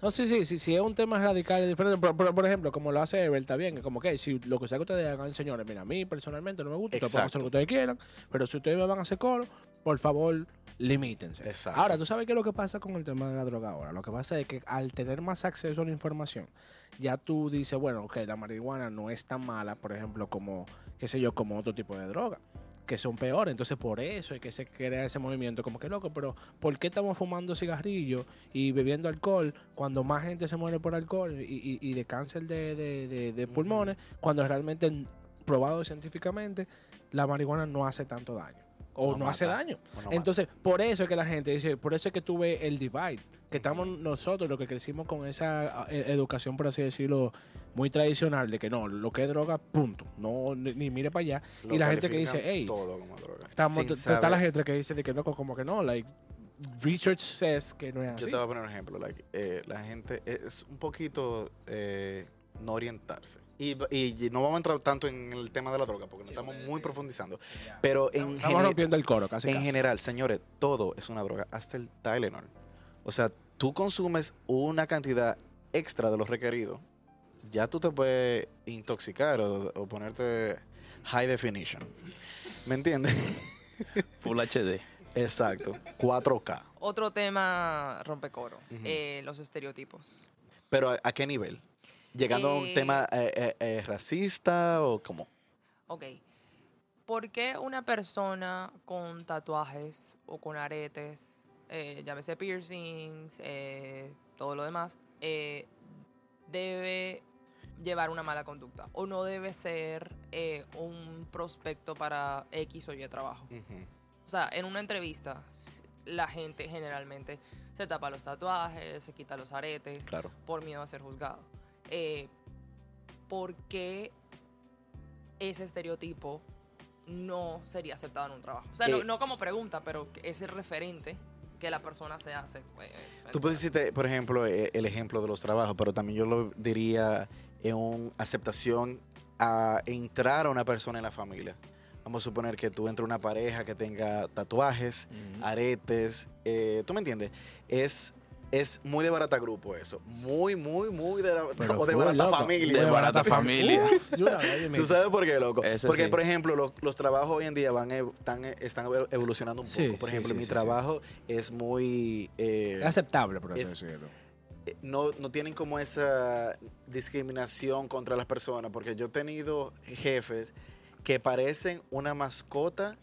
S2: No, sí, sí, sí, sí, es un tema radical y diferente. Por, por- por ejemplo, como lo hace Ever, está bien, que como que si lo que sea que ustedes hagan, señores, mira, a mí personalmente no me gusta, ustedes pueden hacer lo que ustedes quieran, pero si ustedes me van a hacer coro, por favor, limítense.
S1: Exacto.
S2: Ahora, ¿tú sabes qué es lo que pasa con el tema de la droga ahora? Lo que pasa es que al tener más acceso a la información, ya tú dices, bueno, ok, la marihuana no es tan mala, por ejemplo, como, qué sé yo, como otro tipo de droga que son peores. Entonces, por eso es que se crea ese movimiento. Como que loco, pero ¿por qué estamos fumando cigarrillos y bebiendo alcohol cuando más gente se muere por alcohol y, y- y de cáncer de, de- de- de pulmones? Cuando realmente, n- probado científicamente, la marihuana no hace tanto daño. O no,
S1: No
S2: hace
S1: mata,
S2: daño.
S1: o no mata.
S2: Entonces, por eso es que la gente dice, por eso es que tú ves el divide. Que estamos nosotros, los que crecimos con esa eh, educación, por así decirlo, muy tradicional, de que no, lo que es droga, punto. No, ni, ni mire para allá.
S1: Lo
S2: y la gente que
S1: califican
S2: dice, hey,
S1: todo como droga.
S2: Estamos,
S1: sin
S2: t-
S1: saber.
S2: está la gente que dice de que loco, como que no, like, research says que no es
S1: Yo
S2: así.
S1: te voy a poner un ejemplo. like, eh, la gente es un poquito eh, no orientarse. Y, y no vamos a entrar tanto en el tema de la droga porque no estamos muy profundizando. Pero en,
S2: Estamos
S1: gene-
S2: rompiendo el coro, casi.
S1: en
S2: casi.
S1: general, señores, todo es una droga, hasta el Tylenol. O sea, tú consumes una cantidad extra de lo requerido, ya tú te puedes intoxicar o, o ponerte high definition. ¿Me entiendes?
S3: Full HD.
S1: Exacto, 4K.
S5: Otro tema rompecoro, eh, los estereotipos.
S1: Pero ¿a, a qué nivel? ¿Llegando a un
S5: Eh,
S1: tema eh, eh, eh, racista o cómo?
S5: Ok. ¿Por qué una persona con tatuajes o con aretes, eh, llámese piercings, eh, todo lo demás, eh, debe llevar una mala conducta o no debe ser eh, un prospecto para X o Y trabajo? O sea, en una entrevista, la gente generalmente se tapa los tatuajes, se quita los aretes
S1: Claro.
S5: por miedo a ser juzgado. Eh, ¿Por qué ese estereotipo no sería aceptado en un trabajo? O sea, no,
S1: Eh.
S5: no como pregunta, pero que ese referente que la persona se hace. pues,
S1: Tú puedes decirte, por ejemplo, eh, el ejemplo de los trabajos, pero también yo lo diría en una aceptación a entrar a una persona en la familia. Vamos a suponer que tú entres a una pareja que tenga tatuajes, aretes, eh, ¿tú me entiendes? Es, es muy de barata grupo eso. Muy, muy, muy de, la-
S2: Pero
S1: o de
S2: full,
S1: barata
S2: loco.
S1: familia.
S3: De barata familia.
S2: Uf, de una vez,
S1: ¿Tú sabes por qué, loco?
S3: Eso
S1: Porque,
S3: sí.
S1: por ejemplo, los, los trabajos hoy en día van ev- tan- están evolucionando un poco.
S2: Sí,
S1: por
S2: sí,
S1: ejemplo,
S2: sí,
S1: mi
S2: sí, Ah,
S1: trabajo es muy... eh,
S2: Es aceptable, por así
S1: Es-
S2: decirlo.
S1: eh, no, no tienen como esa discriminación contra las personas, porque yo he tenido jefes que parecen una mascota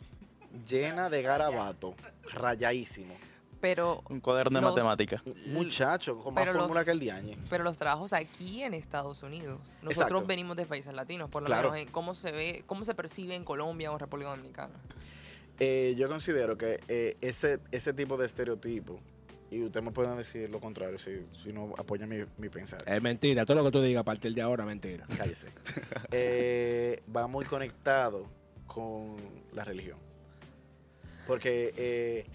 S1: llena de garabato, rayadísimo.
S5: Pero,
S3: Un cuaderno de
S5: Los-
S3: matemática.
S1: Muchacho, con más
S5: Pero los-
S1: fórmula que el diañe.
S5: pero los trabajos aquí en Estados Unidos, nosotros
S1: Exacto.
S5: venimos de países latinos, por lo
S1: Claro.
S5: menos en cómo se ve, cómo se percibe en Colombia o en República Dominicana.
S1: Eh, yo considero que eh, ese, ese tipo de estereotipo, y ustedes me pueden decir lo contrario si, si no apoyan mi, mi pensar.
S2: Es mentira, todo lo que tú digas a partir de ahora, mentira.
S1: Cállese. Eh, va muy conectado con la religión. Porque eh,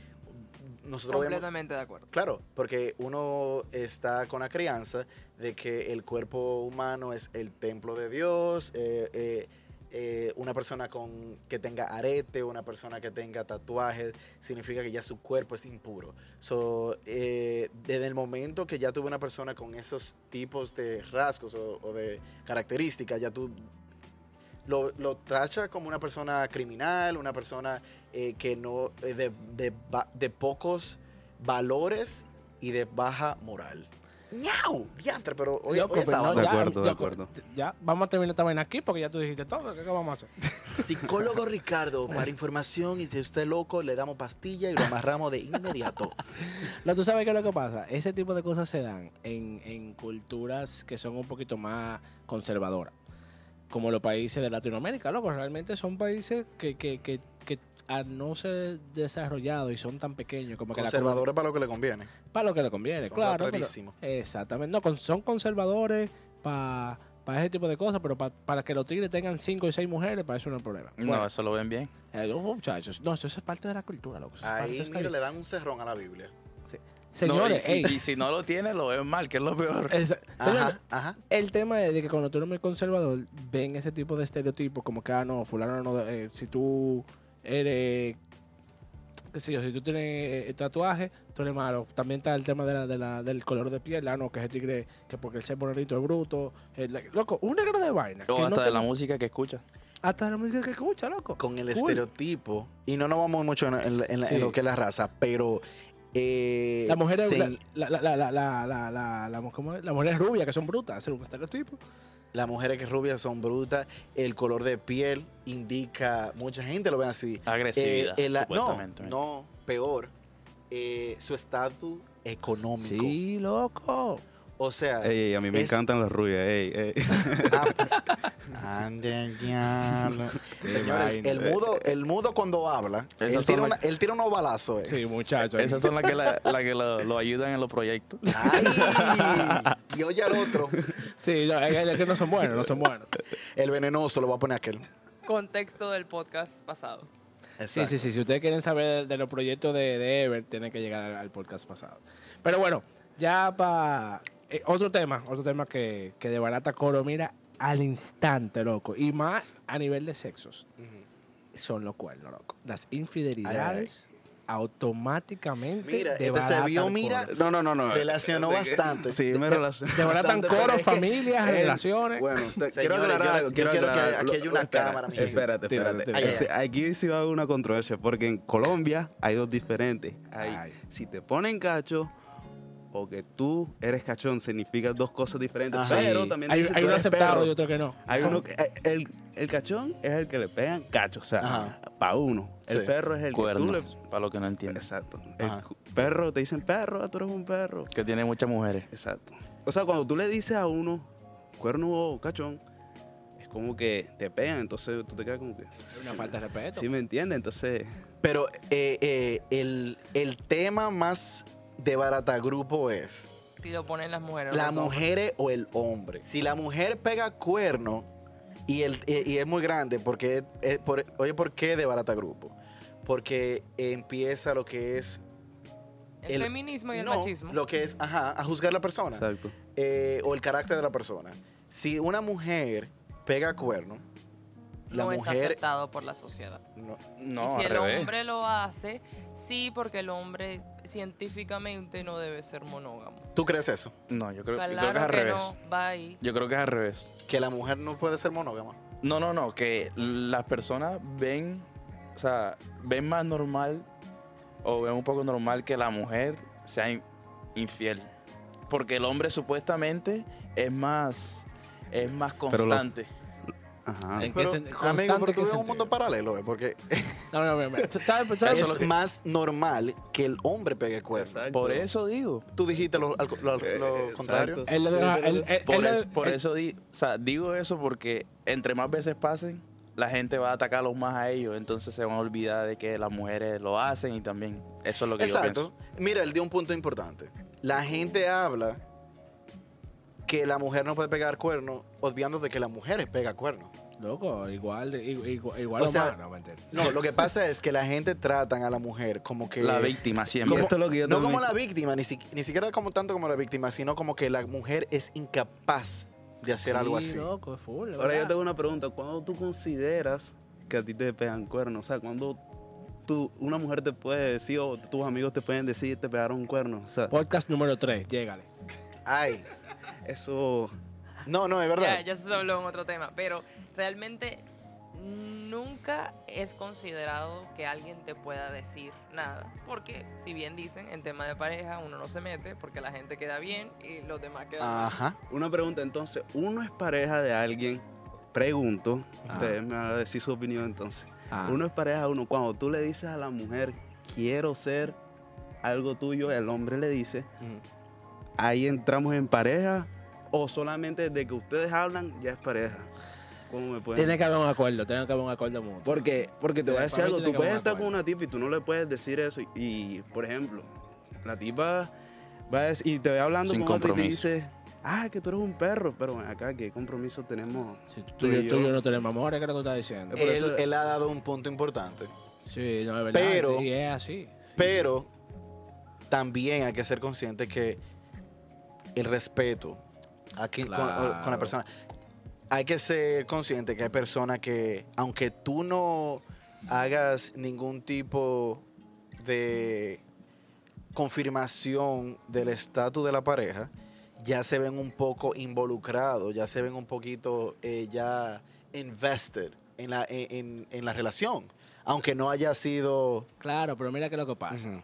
S1: nosotros vemos.
S5: Completamente de acuerdo.
S1: Claro, porque uno está con la crianza de que el cuerpo humano es el templo de Dios. eh, eh, eh, una persona con que tenga arete, una persona que tenga tatuajes, significa que ya su cuerpo es impuro. So, eh, desde el momento que ya tuve una persona con esos tipos de rasgos o, o de características, ya tú lo, lo tacha como una persona criminal, una persona eh, que no eh, de, de ba- de pocos valores y de baja moral. ¡Ñau! Diantre, pero hoy,
S2: Loco,
S1: hoy esa
S2: pero no,
S1: vaina.
S4: De acuerdo, de
S2: ya,
S4: acuerdo.
S2: Ya, vamos a terminar esta vaina aquí porque ya tú dijiste todo. ¿Qué, qué vamos a hacer?
S1: Psicólogo Ricardo, para información y si usted es loco, le damos pastilla y lo amarramos de inmediato.
S2: No, tú sabes qué es lo que pasa. Ese tipo de cosas se dan en, en culturas que son un poquito más conservadoras. Como los países de Latinoamérica, loco. Realmente son países que, que, que, que al no ser desarrollados y son tan pequeños como que la
S1: Conservadores para lo que le conviene.
S2: Para lo que le conviene,
S1: Son
S2: claro.
S1: raterísimos.
S2: pero- exactamente. No, con- son conservadores para ese tipo de cosas, pero pa- para que los tigres tengan cinco y seis mujeres, para eso no es un problema.
S3: No,
S2: Bueno,
S3: eso lo ven bien.
S2: eh, oh, muchachos, no, eso es parte de la cultura, loco. eso es parte de
S1: Ahí,
S2: esta-
S1: mira, le dan un cerrón a la Biblia.
S2: Sí. Señores,
S3: No, y, y-
S2: ey,
S3: y si no lo tiene, lo ven mal, que es lo peor.
S2: esa- señores,
S1: Ajá, ajá.
S2: el tema es de que cuando tú eres muy conservador, ven ese tipo de estereotipos como que, ah, no, fulano no, eh, si tú eres, qué sé yo, si tú tienes eh, tatuaje, tú eres malo. También está el tema de la, de la- del color de piel, ah, no, que es el tigre, que porque el ser bonito es bruto. eh, la- loco, una gran de vaina.
S3: O
S2: que no
S3: hasta de
S2: te-
S3: la música que escucha.
S2: hasta de la música que escucha, loco.
S1: con el
S2: Cool.
S1: estereotipo. Y no nos vamos mucho en, en- en- en
S2: Sí.
S1: lo que es la raza, pero. eh,
S2: La mujer, es,
S1: se-
S2: la, la, la, la, la, la, la, la- ¿cómo es? La mujer es rubia, que son brutas, es un estereotipo.
S1: las mujeres que rubias son brutas, el color de piel indica, mucha gente lo ve así.
S3: Agresividad,
S1: Eh, el- no,
S3: supuestamente.
S1: no, peor, eh, su estatus económico.
S2: Sí, loco.
S1: O sea,
S4: Ey, ey, a mí me
S1: es-
S4: encantan las rubias, ey, ey.
S1: Ah, ande, diablo. Señores, el mudo, el mudo cuando habla,
S3: Esas
S1: él
S3: son
S1: tira,
S3: las-
S1: una- él tira unos balazos. eh.
S2: Sí, muchachos.
S3: Esas son las que, la- la que lo, lo ayudan en los proyectos.
S1: Ay, y oye al otro,
S2: Sí, no, es es que no son buenos, no son buenos.
S1: el venenoso lo va a poner aquel.
S5: Contexto del podcast pasado.
S2: Sí, sí, sí. Si ustedes quieren saber de los proyectos de, de Ever, tienen que llegar al, al podcast pasado. Pero bueno, ya para. otro tema, otro tema que, que de barata coro, mira, al instante, loco. Y más a nivel de sexos. Son los cuernos, loco. Las infidelidades automáticamente.
S1: Mira, este se
S2: desbaratan
S1: vio,
S2: coro.
S1: mira,
S4: No, no, no, no.
S1: Relacionó
S4: De que-
S1: bastante.
S4: Sí, me relacionó.
S2: Desbaratan
S4: bastante, pero
S2: coro,
S4: es que-
S2: familias,
S4: eh,
S2: relaciones.
S4: Bueno, te-
S1: Señores,
S4: quiero
S1: yo-
S4: aclarar algo.
S1: yo
S4: quiero
S1: quiero que
S4: aclarar
S1: aquí
S4: algo.
S1: hay una
S4: Espera,
S1: cámara, mi gente.
S4: Espérate,
S2: Tírala,
S4: espérate.
S2: tírala.
S4: Ese- Aquí sí va a haber una controversia, porque en Colombia hay dos diferentes. Hay
S2: Ay.
S4: si te ponen cacho o que tú eres cachón, significa dos cosas diferentes.
S1: Ajá.
S4: Pero
S2: Sí.
S4: también
S2: hay,
S4: dicen
S2: hay
S4: que
S2: uno
S4: eres
S2: aceptado
S4: perro.
S2: y otro que no.
S4: Hay uno que- eh, el, el cachón es el que le pegan cacho, o sea,
S1: Ajá.
S4: para uno. El
S1: Sí.
S4: perro es el que tú le
S3: Cuernos, para los que no entienden.
S4: Exacto. El
S1: Ajá.
S4: cu- perro, te dicen perro, ah, tú eres un perro.
S3: Que tiene muchas mujeres.
S4: Exacto. O sea, cuando tú le dices a uno, cuerno o cachón, es como que te pegan, entonces tú te quedas como que.
S2: Es Una falta de respeto.
S4: Sí, me entiendes, entonces.
S1: Pero eh, eh, el, el tema más de baratagrupo es
S5: Si lo ponen las mujeres.
S1: la
S5: los hombres.
S1: mujer o el hombre. Si la mujer pega cuerno y, el, y- y es muy grande, porque es- es por- oye, ¿por qué de baratagrupo? Porque empieza lo que es...
S5: El,
S1: el-
S5: feminismo y el
S1: no,
S5: machismo.
S1: Lo que es, ajá, a juzgar la persona.
S4: Exacto.
S1: eh, o el carácter de la persona. Si una mujer pega cuerno, la
S5: no es
S1: mujer...
S5: aceptado por la sociedad.
S1: no-
S3: No,
S5: y si
S3: al
S5: el
S3: revés.
S5: hombre lo hace, sí, porque el hombre científicamente no debe ser monógamo.
S1: ¿Tú crees eso?
S3: No, yo creo, yo creo que es
S5: Claro
S3: al
S5: que,
S3: revés.
S5: no, va ahí.
S3: Yo creo que es al revés.
S1: Que la mujer no puede ser monógama.
S3: No, no, no, que las personas ven, o sea, ven más normal o ven un poco normal que la mujer sea in- infiel. Porque el hombre supuestamente es más, es más
S4: Pero lo-
S3: constante.
S4: Ajá.
S2: ¿En qué
S1: Pero,
S2: sen- constante
S1: amigo, pero tú
S2: qué
S1: vives en
S2: sentido?
S1: un mundo paralelo, eh, porque
S2: No, no, no, no. ¿Sabes? pues, ¿Sabes?
S1: es más normal que el hombre pegue cuerno.
S4: Pues, Exacto.
S3: Por eso digo.
S1: Tú dijiste lo, al- lo- lo
S4: Exacto.
S1: contrario.
S2: Él le deja- él- él-
S3: Por,
S2: él le-
S3: es- por
S2: él-
S3: eso di- o sea, digo eso porque entre más veces pasen, la gente va a atacarlos más a ellos. Entonces se van a olvidar de que las mujeres lo hacen y también. Eso es lo que yo
S1: Exacto.
S3: pienso.
S1: Mira, él dio un punto importante. La gente habla que la mujer no puede pegar cuerno, obviando de que las mujeres pegan cuerno.
S2: Loco, igual, i- igual, igual
S1: O
S2: o
S1: sea,
S2: más, no, ¿me entiendes?
S1: No, lo que pasa es que la gente tratan a la mujer como que...
S3: La víctima siempre.
S4: Y esto es lo que yo
S1: no
S4: también-
S1: como la víctima, ni, si- ni siquiera como tanto como la víctima, sino como que la mujer es incapaz de hacer algo
S2: Sí,
S1: así.
S2: loco, es full, es
S4: Ahora yo
S2: verdad.
S4: tengo una pregunta. ¿Cuándo tú consideras que a ti te pegan cuernos? O sea, ¿cuándo tú, una mujer te puede decir o tus amigos te pueden decir te pegaron cuernos? O sea,
S2: Podcast número 3, llégale.
S1: Ay,
S4: eso.
S1: no, no, es verdad.
S5: Ya, ya se habló en otro tema, pero realmente nunca es considerado que alguien te pueda decir nada. Porque, si bien dicen, en tema de pareja uno no se mete porque la gente queda bien y los demás quedan mal.
S1: Ajá.
S4: Una pregunta entonces, uno es pareja de alguien, pregunto, ustedes me van a decir su opinión entonces.
S2: Ah.
S4: Uno es pareja de uno, cuando tú le dices a la mujer, quiero ser algo tuyo, el hombre le dice,
S1: Mm.
S4: ahí entramos en pareja o solamente desde que ustedes hablan ya es pareja. ¿Cómo me pueden
S2: Tiene que haber un acuerdo, tiene que haber un acuerdo mutuo.
S4: Porque, porque te voy a
S2: Para
S4: decir
S2: mí
S4: algo,
S2: tiene
S4: tú
S2: que
S4: puedes
S2: haber un
S4: estar con
S2: acuerdo.
S4: una tipa y tú no le puedes decir eso. Y, y, por ejemplo, la tipa va a decir, y te ve hablando
S3: Sin
S4: con otra y te
S3: compromiso.
S4: dice, ah, que tú eres un perro, pero ven acá, ¿qué compromiso tenemos?
S2: Si tú,
S4: tú y
S2: tú y
S4: yo-
S2: yo no tenemos amores, ¿qué es lo que tú estás diciendo?
S4: por Eh,
S1: Él,
S4: eso-
S1: él ha dado un punto importante.
S2: Sí, no, es verdad.
S1: pero-
S2: Y es así.
S1: Pero también hay que ser consciente que el respeto aquí con- con,
S2: Claro.
S1: la persona. Hay que ser consciente que hay personas que, aunque tú no hagas ningún tipo de confirmación del estatus de la pareja, ya se ven un poco involucrados, ya se ven un poquito eh, ya invested en la, en- en- en la relación, aunque no haya sido...
S2: Claro, pero mira qué es lo que pasa.
S1: Ujú.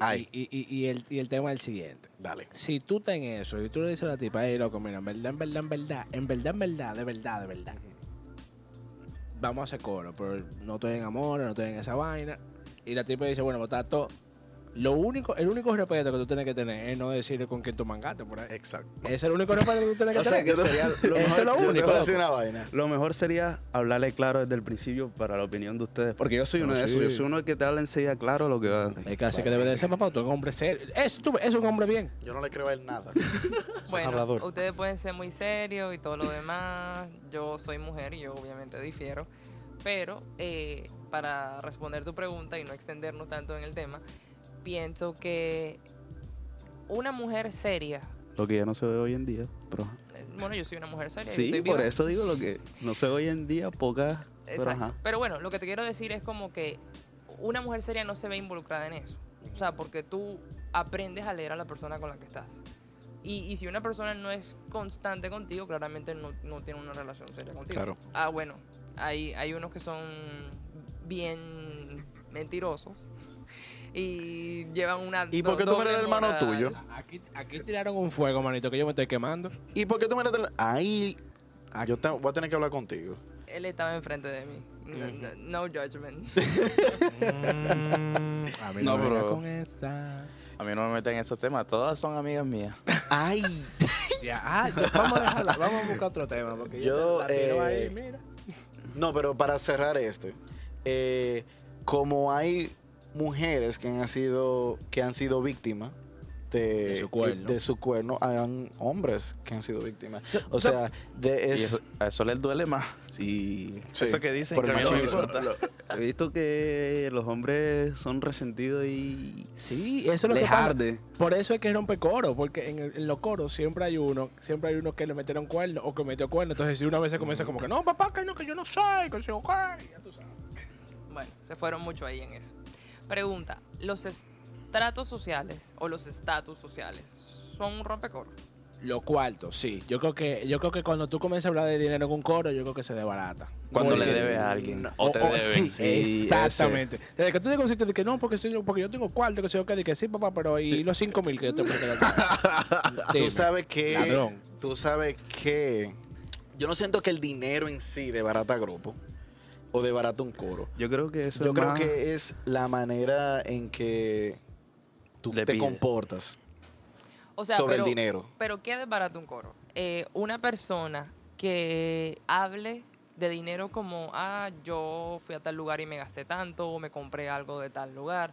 S1: Ay.
S2: Y, y- y- y el, y el tema es el siguiente.
S1: Dale.
S2: Si tú estás en eso y tú le dices a la tipa, hey, loco, mira, en verdad, en verdad, en verdad, en verdad, en verdad, de verdad, de verdad. Vamos a hacer coro, pero no estoy en amor, no estoy en esa vaina. Y la tipa dice, bueno, pues está todo. Lo único, el único respeto que tú tienes que tener es no decirle con quién tú mangaste por ahí.
S1: Exacto.
S2: Ese es el único respeto que tú tienes que
S4: O sea,
S2: tener.
S4: que sería lo
S2: Eso es
S1: Yo
S2: lo
S4: mejor- yo te
S1: te
S2: único.
S1: voy a decir
S2: loco.
S1: una vaina.
S4: Lo mejor sería hablarle claro desde el principio para la opinión de ustedes. Porque yo soy uno
S2: Ah,
S4: de
S2: sí.
S4: esos, yo soy uno que te habla enseguida claro lo que va.
S2: Es que así que debe de ser, papá, tú eres un hombre serio. Es, tú, es un hombre bien.
S1: Yo no le creo a él nada.
S5: Bueno,
S1: hablador.
S5: ustedes pueden ser muy serios y todo lo demás. Yo soy mujer y yo obviamente difiero. Pero eh, para responder tu pregunta y no extendernos tanto en el tema, pienso que una mujer seria,
S4: Lo que ya no se ve hoy en día, pero...
S5: eh, bueno, yo soy una mujer seria. yo
S4: Sí,
S5: estoy
S4: por
S5: viva.
S4: eso digo lo que no se ve hoy en día, pocas... Pero,
S5: Exacto.
S4: ajá.
S5: Pero bueno, lo que te quiero decir es como que una mujer seria no se ve involucrada en eso. O sea, porque tú aprendes a leer a la persona con la que estás. Y, y si una persona no es constante contigo, claramente no, no tiene una relación seria contigo.
S1: Claro.
S5: Ah, bueno, hay, hay unos que son bien mentirosos y llevan una.
S1: ¿Y por qué tú
S5: doble
S1: eres el hermano
S5: moral.
S1: tuyo?
S2: Aquí, aquí tiraron un fuego, manito, que yo me estoy quemando.
S1: ¿Y por qué tú me la Ay,
S2: Aquí-
S1: Ah, yo te- voy a tener que hablar contigo.
S5: Él estaba enfrente de mí. No- no judgment.
S2: Mm, a mí no,
S3: No,
S2: me venga
S3: pero-
S2: con esa.
S3: A mí no me meten en esos temas. Todas son amigas mías.
S1: Ay,
S2: Ya, ah, ya, vamos a dejarla, vamos a buscar otro tema. Porque yo,
S1: Yo,
S2: te la tiro
S1: eh,
S2: ahí, mira.
S1: no, pero para cerrar este, eh, como hay mujeres que han sido que han sido víctimas de,
S2: De su cuerno.
S1: de su cuerno, hagan hombres que han sido víctimas. O sea, de
S3: Y
S1: es,
S3: eso, a eso les duele más.
S4: Sí.
S1: Sí,
S3: eso que dicen
S1: por el
S3: que a mí no me
S1: machismo.
S3: importa.
S4: He visto que los hombres son resentidos y
S2: Sí, eso es lo
S4: les
S2: que pasa.
S4: arde.
S2: Por eso es que rompe coro, porque en, el- en los coros siempre hay uno, siempre hay uno que le metieron cuerno o que metió cuerno. Entonces, si una vez se comienza como que no, papá, que no, que yo no soy, que soy ok, ya tú sabes.
S5: Bueno, se fueron mucho ahí en eso. Pregunta, ¿los estratos sociales o los estatus sociales son un rompecoro?
S2: Lo cuarto, sí. Yo creo que, yo creo que cuando tú comienzas a hablar de dinero en un coro, yo creo que se debarata.
S3: Cuando
S2: Porque-
S3: le debes a alguien.
S2: O-
S3: O te
S1: oh,
S2: o- sí,
S3: deben.
S4: sí,
S2: exactamente. Desde que tú te consiste de que no, porque, soy- porque yo tengo cuarto, que sé yo qué, de que sí, papá, pero y los cinco mil que yo te puse.
S1: tú sabes que
S2: Ladrón.
S1: tú sabes que yo no siento que el dinero en sí de barata grupo o de barata un coro.
S4: Yo creo que eso
S1: Yo
S4: es
S1: creo
S4: más-
S1: que es la manera en que tú
S3: Le
S1: te
S3: pides.
S1: comportas.
S5: O sea,
S1: Sobre el
S5: pero-
S1: dinero.
S5: Pero ¿qué desbarata un coro? Eh, una persona que hable de dinero como, ah, yo fui a tal lugar y me gasté tanto, o me compré algo de tal lugar,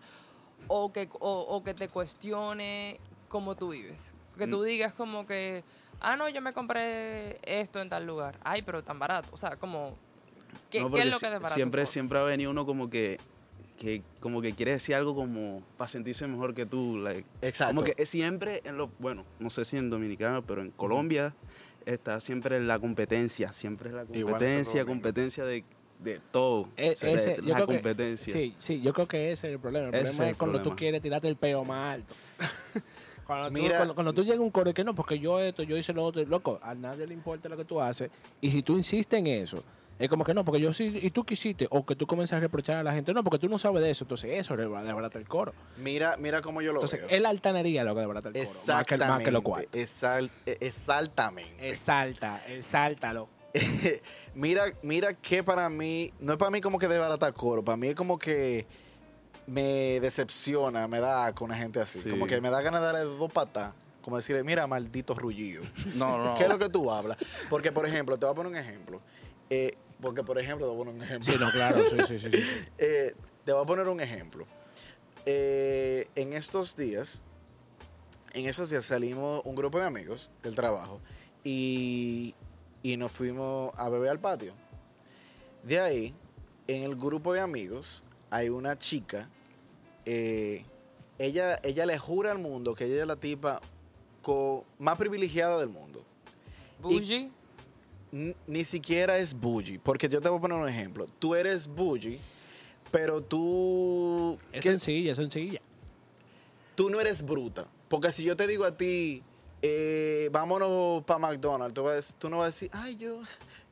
S5: o que, o, o que te cuestione cómo tú vives. Que
S1: Mm.
S5: tú digas como que, ah, no, yo me compré esto en tal lugar. Ay, pero tan barato. O sea, como... ¿Qué,
S4: No,
S5: qué
S4: porque
S5: es lo
S4: si-
S5: que desbarata un
S4: siempre,
S5: coro?
S4: siempre ha venido uno como que, que como que quiere decir algo como para sentirse mejor que tú. like,
S1: Exacto.
S4: Como que es siempre en lo, bueno, no sé si en Dominicana, pero en Colombia está siempre la competencia, siempre es la
S1: Igual nosotros E,
S4: competencia,
S1: también.
S4: competencia de, de todo.
S2: Eh,
S4: O sea,
S2: ese-
S4: de-
S2: yo
S4: la
S2: creo que-
S4: competencia.
S2: sí, sí, yo creo que ese es el problema. El
S4: Ese
S2: problema
S4: es
S2: es,
S4: el
S2: cuando tú
S4: problema.
S2: quieres tirarte el peo más alto. cuando, tú,
S1: Mira-
S2: cuando, cuando tú llegas a un coro y que no, porque yo esto, yo hice lo otro, y loco, a nadie le importa lo que tú haces. Y si tú insistes en eso, Es como que no, porque yo sí, y tú quisiste, o que tú comienzas a reprochar a la gente, no, porque tú no sabes de eso, entonces eso desbarata el coro.
S1: Mira, mira cómo yo lo
S2: Entonces,
S1: veo.
S2: es la altanería lo que desbarata el coro, más que,
S1: Exactamente.
S2: más que lo cual.
S1: Exal- eh, exactamente.
S2: Exalta, exáltalo.
S1: mira, mira que para mí, no es para mí como que desbarata coro, para mí es como que me decepciona, me da con una gente así.
S4: Sí.
S1: Como que me da ganas de darle dos patas. Como decirle, mira, maldito rullillo.
S3: No, no.
S1: ¿Qué es lo que tú hablas? Porque, por ejemplo, te voy a poner un ejemplo. Eh, porque, por ejemplo, te voy a poner un ejemplo.
S2: Sí, no, claro, sí, sí, sí. sí.
S1: Eh, te voy a poner un ejemplo. Eh, en estos días, en esos días salimos un grupo de amigos del trabajo y, y nos fuimos a beber al patio. De ahí, en el grupo de amigos, hay una chica. eh, ella, ella le jura al mundo que ella es la tipa co- más privilegiada del mundo.
S5: Bougie.
S1: N- ni siquiera es bougie. Porque yo te voy a poner un ejemplo. Tú eres bougie, pero tú.
S2: Es
S1: que-
S2: sencilla, es sencilla.
S1: tú no eres bruta. Porque si yo te digo a ti, eh, vámonos para McDonald's, tú, vas a decir- tú no vas a decir, ay, yo,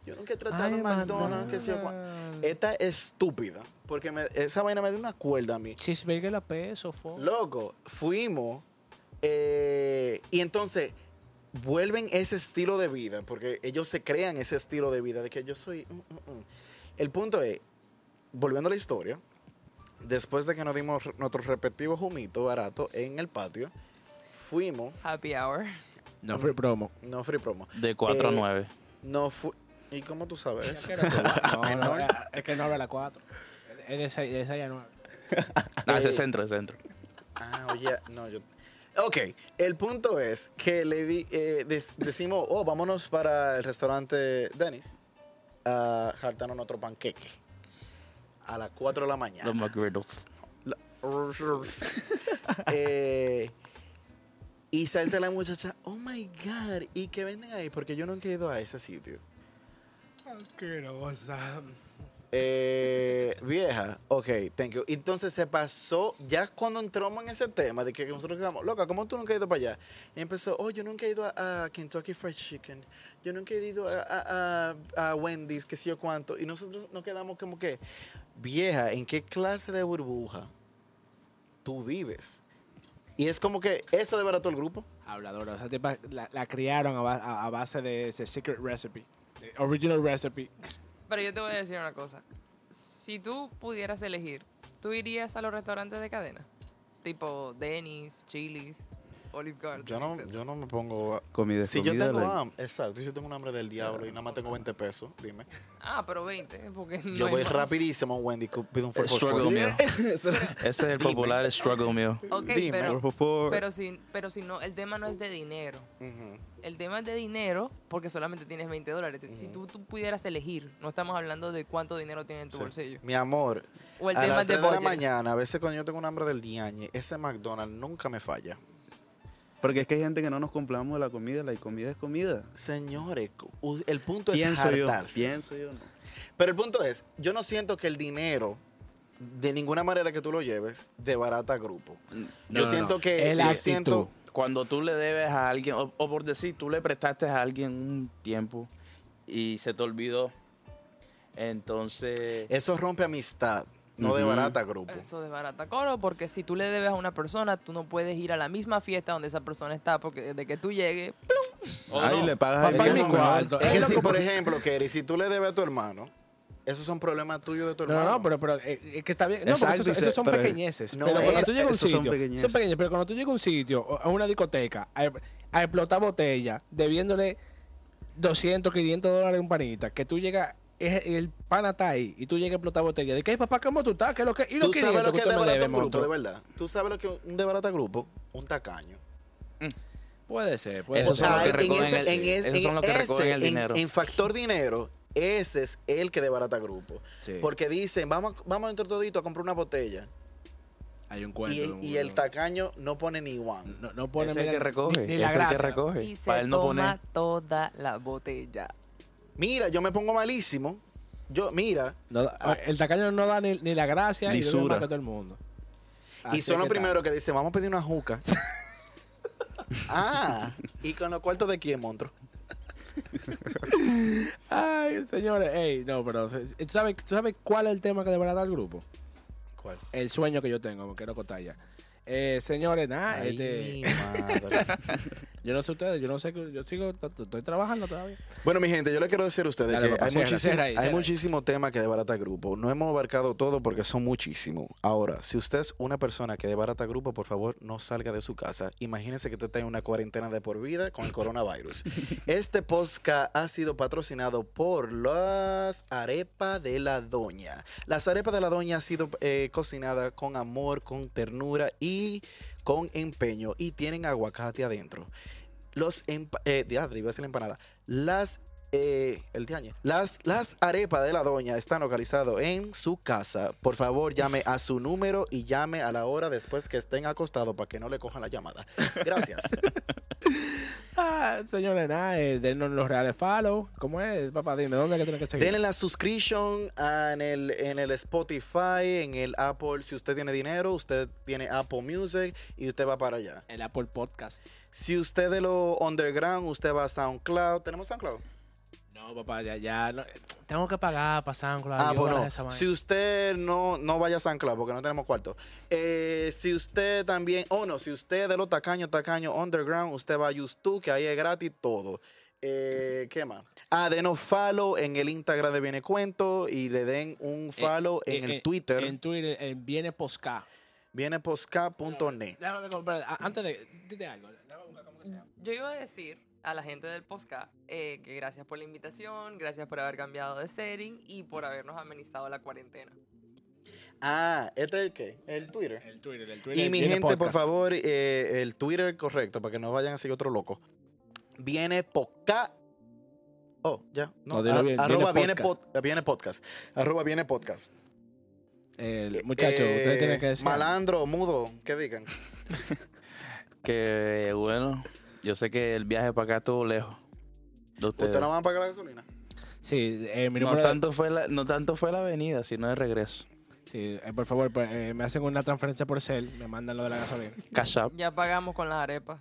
S1: yo nunca he tratado
S2: Ay,
S1: en McDonald's. qué sé yo cuán-". Esta estúpida. Porque me- esa vaina me dio una cuerda a mí.
S2: Cheeseburger la peso, fo.
S1: Loco, fuimos. eh, y entonces vuelven ese estilo de vida, porque ellos se crean ese estilo de vida de que yo soy. mm, mm, mm. El punto es, volviendo a la historia, después de que nos dimos r- nuestros respectivos humitos baratos en el patio, fuimos,
S5: Happy hour.
S2: No fue promo.
S1: no free promo,
S3: De 4 a
S1: Eh,
S3: 9.
S1: no fu- ¿Y cómo tú sabes? eso?
S2: No, no, era- es que no habla la 4. Es de 6 a 9.
S3: No,
S1: eh,
S3: ese centro, ese centro.
S1: Ah, oye, no, yo. Ok, el punto es que le di- eh, dec- decimos, oh, vámonos para el restaurante Dennis a jartarnos otro panqueque a las 4 de la mañana.
S3: Los McGriddles.
S1: La- Eh, y salta la muchacha, oh my god, ¿y qué venden ahí? Porque yo nunca he ido a ese sitio.
S2: Asquerosa.
S1: Eh, vieja, ok, thank you. Entonces se pasó, ya cuando entramos en ese tema de que nosotros quedamos, loca, ¿cómo tú nunca has ido para allá? Y empezó, oh, yo nunca he ido a, a Kentucky Fried Chicken, yo nunca he ido a, a- a- a Wendy's, qué sé yo cuánto. Y nosotros nos quedamos como que, vieja, ¿en qué clase de burbuja tú vives? Y es como que eso desbarató el grupo.
S2: Habladora. O sea, tipa, la, la criaron a, ba- a- a base de ese secret recipe. de Original recipe.
S5: Pero yo te voy a decir una cosa. Si tú pudieras elegir, ¿tú irías a los restaurantes de cadena? Tipo Denny's, Chili's, Olive Garden. etc.
S1: yo no me pongo...
S4: Comida es
S1: Si yo
S4: comida,
S1: tengo
S4: like,
S1: hambre, exacto, si yo tengo un hambre del diablo y nada más tengo 20 pesos, dime.
S5: Ah, pero 20, porque no
S1: Yo
S5: hay
S1: voy
S5: más.
S1: rapidísimo a Wendy, cu- pido un
S3: El
S1: fuego
S3: struggle mío. Ese Este es el
S1: Dime.
S3: popular struggle mío.
S5: Ok,
S1: Dime,
S5: pero,
S4: por favor.
S5: pero, si, pero si no, el tema no es de dinero. El tema es de dinero porque solamente tienes 20 dólares. Si tú, tú pudieras elegir, no estamos hablando de cuánto dinero tienes en tu bolsillo.
S1: Mi amor,
S5: O el
S1: a
S5: tema
S1: las
S5: de
S1: 3 de la
S5: budget.
S1: mañana, a veces cuando yo tengo un hambre del diañe, ese McDonald's nunca me falla.
S4: Porque es que hay gente que no nos compramos de la comida, la comida es comida.
S1: Señores, cu- u- el punto es
S4: pienso yo,
S1: hartarse.
S4: pienso yo, no.
S1: Pero el punto es, yo no siento que el dinero, de ninguna manera que tú lo lleves, de barata grupo. yo siento que...
S2: Es
S1: yo
S2: la
S1: siento,
S3: Cuando tú le debes a alguien, o, o por decir, tú le prestaste a alguien un tiempo y se te olvidó. Entonces,
S1: eso rompe amistad, no de
S4: Ujú.
S1: barata grupo.
S5: Eso desbarata coro porque si tú le debes a una persona, tú no puedes ir a la misma fiesta donde esa persona está porque desde que tú llegues,
S3: o
S4: Ahí
S3: no.
S4: le pagas
S1: Papá,
S4: a
S1: mi
S4: alguien.
S2: cuarto.
S1: Es
S2: Es
S1: que
S2: lo
S1: si,
S2: que-
S1: por ejemplo, Kerry, si tú le debes a tu hermano, esos son problemas tuyos de tu hermano.
S2: No, no, pero, pero eh, es que está bien. No,
S4: Exacto,
S2: porque eso,
S4: dice,
S2: eso son
S4: pero-
S2: pequeñeces.
S1: No,
S2: pero cuando
S1: es-
S2: tú llegas a un
S4: esos
S2: sitio,
S4: son
S2: son pequeñeces.
S4: pequeñeces.
S2: pero cuando tú llegas a un sitio, o a una discoteca, a, a explotar botella, debiéndole 200, 500 dólares a un panita, que tú llegas, es- el pana está ahí, y tú llegas a explotar botella, de que, "Ay, papá, ¿cómo tú estás? ¿Qué es lo que, y los
S1: Tú sabes
S2: 500
S1: lo que es
S2: usted me
S1: debarata
S2: debe,
S1: un grupo,
S2: monstruo?"
S1: de verdad. Tú sabes lo que un debarata grupo, un tacaño.
S2: Puede ser, puede
S3: Esos
S2: ser.
S3: son los que
S1: en
S3: recogen
S1: ese-
S3: el-
S1: en es-
S3: esos
S1: en
S3: son los que
S1: ese-
S3: recogen el
S1: en-
S3: dinero.
S1: En factor dinero, ese es el que debarata grupo.
S2: Sí.
S1: Porque dicen, vamos, vamos entre toditos a comprar una botella.
S2: Hay un
S1: Y,
S2: cuento. un-
S1: y el tacaño no pone ni one.
S2: No, no pone
S3: es el
S2: mira,
S3: que recoge.
S2: ni- ni
S3: es
S2: la
S3: el que
S2: grasa.
S3: recoge.
S5: y
S3: para
S5: se
S3: él no
S5: toma
S3: poner.
S5: toda la botella.
S1: Mira, yo me pongo malísimo. Yo, mira,
S2: No da-
S1: Ah.
S2: el tacaño no da ni, ni la gracia
S4: Ni
S2: y lo
S4: sura.
S2: que todo el mundo.
S1: y son
S2: los
S1: los primeros que dicen, vamos a pedir una juca. ah, y con los cuartos de quién, monstruo.
S2: Ay, señores, ey, no, pero ¿tú sabes, tú sabes cuál es el tema que deberá dar el grupo?
S1: ¿Cuál?
S2: El sueño que yo tengo, me quiero contar ya. Eh, señores, nada,
S1: Ay,
S2: este,
S1: mi madre.
S2: yo no sé ustedes, yo no sé, que- yo sigo, t- t- estoy trabajando todavía.
S1: Bueno, mi gente, yo le quiero decir a ustedes
S2: Dale,
S1: que
S2: papá,
S1: hay,
S2: cierra,
S1: muchísimo-
S2: cierra ahí,
S1: hay
S2: cierra ahí.
S1: muchísimo tema que debarata grupo. No hemos abarcado todo porque son muchísimos. Ahora, si usted es una persona que debarata grupo, por favor, no salga de su casa. Imagínese que usted está en una cuarentena de por vida con el coronavirus. este podcast ha sido patrocinado por las arepas de la doña. Las arepas de la doña ha sido eh, cocinada con amor, con ternura y con empeño. Y tienen aguacate adentro los empa- eh, diadre, iba a decir la empanada. Las eh, el diañe. Las, las arepas de la doña están localizadas en su casa. Por favor, llame a su número y llame a la hora después que estén acostados para que no le cojan la llamada. Gracias.
S2: Ah, señores, nada, eh, dennos los reales follow. ¿Cómo es, papá? Dime, ¿dónde es que tienes que seguir?
S1: Denle la suscripción a- en el, en el Spotify, en el Apple. Si usted tiene dinero, usted tiene Apple Music y usted va para allá.
S2: El Apple Podcast.
S1: Si usted de lo underground, usted va a SoundCloud. ¿Tenemos SoundCloud?
S2: No, papá, ya, ya, no, eh, tengo que pagar para SoundCloud.
S1: Ah,
S2: yo
S1: bueno,
S2: esa vaina.
S1: Si usted no, no vaya a San Claudio porque no tenemos cuarto. Eh, si usted también, oh no, si usted de los tacaños, tacaños underground, usted va a YouTube, que ahí es gratis todo. Eh, ¿Qué más? Ah, denos follow en el Instagram de Viene Cuento y le den un follow
S2: Eh,
S1: en
S2: eh,
S1: el Twitter,
S2: En Twitter, en Viene Posca.
S1: vieneposca.net.
S2: Déjame comprar, a- antes de, dite algo. déjame buscar cómo que se llama.
S5: Yo iba a decir a la gente del podcast eh, que gracias por la invitación, gracias por haber cambiado de setting y por habernos amenizado la cuarentena.
S1: Ah, ¿este es el qué? El Twitter.
S2: El Twitter, el Twitter.
S1: Y mi
S2: Viene
S1: gente, por
S2: Podcast.
S1: favor, eh, el Twitter correcto, para que no vayan a seguir otro loco. Viene podcast. Oh, ya. No,
S2: No, dilo
S1: a-
S2: bien,
S1: arroba
S2: viene
S1: viene, pod- eh, viene podcast. Arroba viene podcast.
S2: El, muchacho,
S1: Eh,
S2: usted tiene que decir.
S1: Malandro, mudo, ¿qué digan?
S3: Que bueno, yo sé que el viaje para acá estuvo lejos. De ustedes.
S1: ¿Ustedes no van a pagar la gasolina?
S2: Sí, eh, mi
S3: no,
S2: número de-
S3: tanto fue la, no tanto fue la avenida, sino el regreso.
S2: sí, eh, por favor, pues, eh, me hacen una transferencia por cel, me mandan lo de la gasolina.
S3: Cash App.
S5: Ya pagamos con las arepas.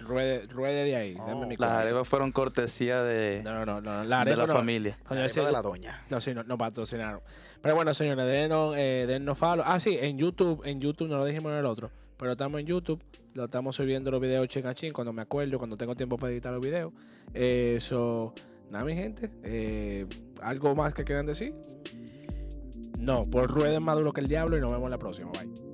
S2: Ruede, ruede de ahí,
S1: Oh.
S2: dame mi
S3: Las
S2: cuenta.
S3: arepas fueron cortesía de,
S2: No, no, no, no, la
S3: de
S2: arepa
S3: la
S2: no.
S3: familia.
S2: Coño,
S1: Arriba
S2: sí,
S1: de la doña.
S2: No, sí, no, no patrocinaron. Pero bueno, señores, denos, eh, denos follow. Ah, sí, en YouTube, en YouTube, no lo dijimos en el otro, pero estamos en YouTube, lo estamos subiendo los videos chin a chin, cuando me acuerdo, cuando tengo tiempo para editar los videos. Eso, nada, mi gente, eh, ¿algo más que quieran decir? No, pues rueden más duro que el diablo y nos vemos la próxima, bye.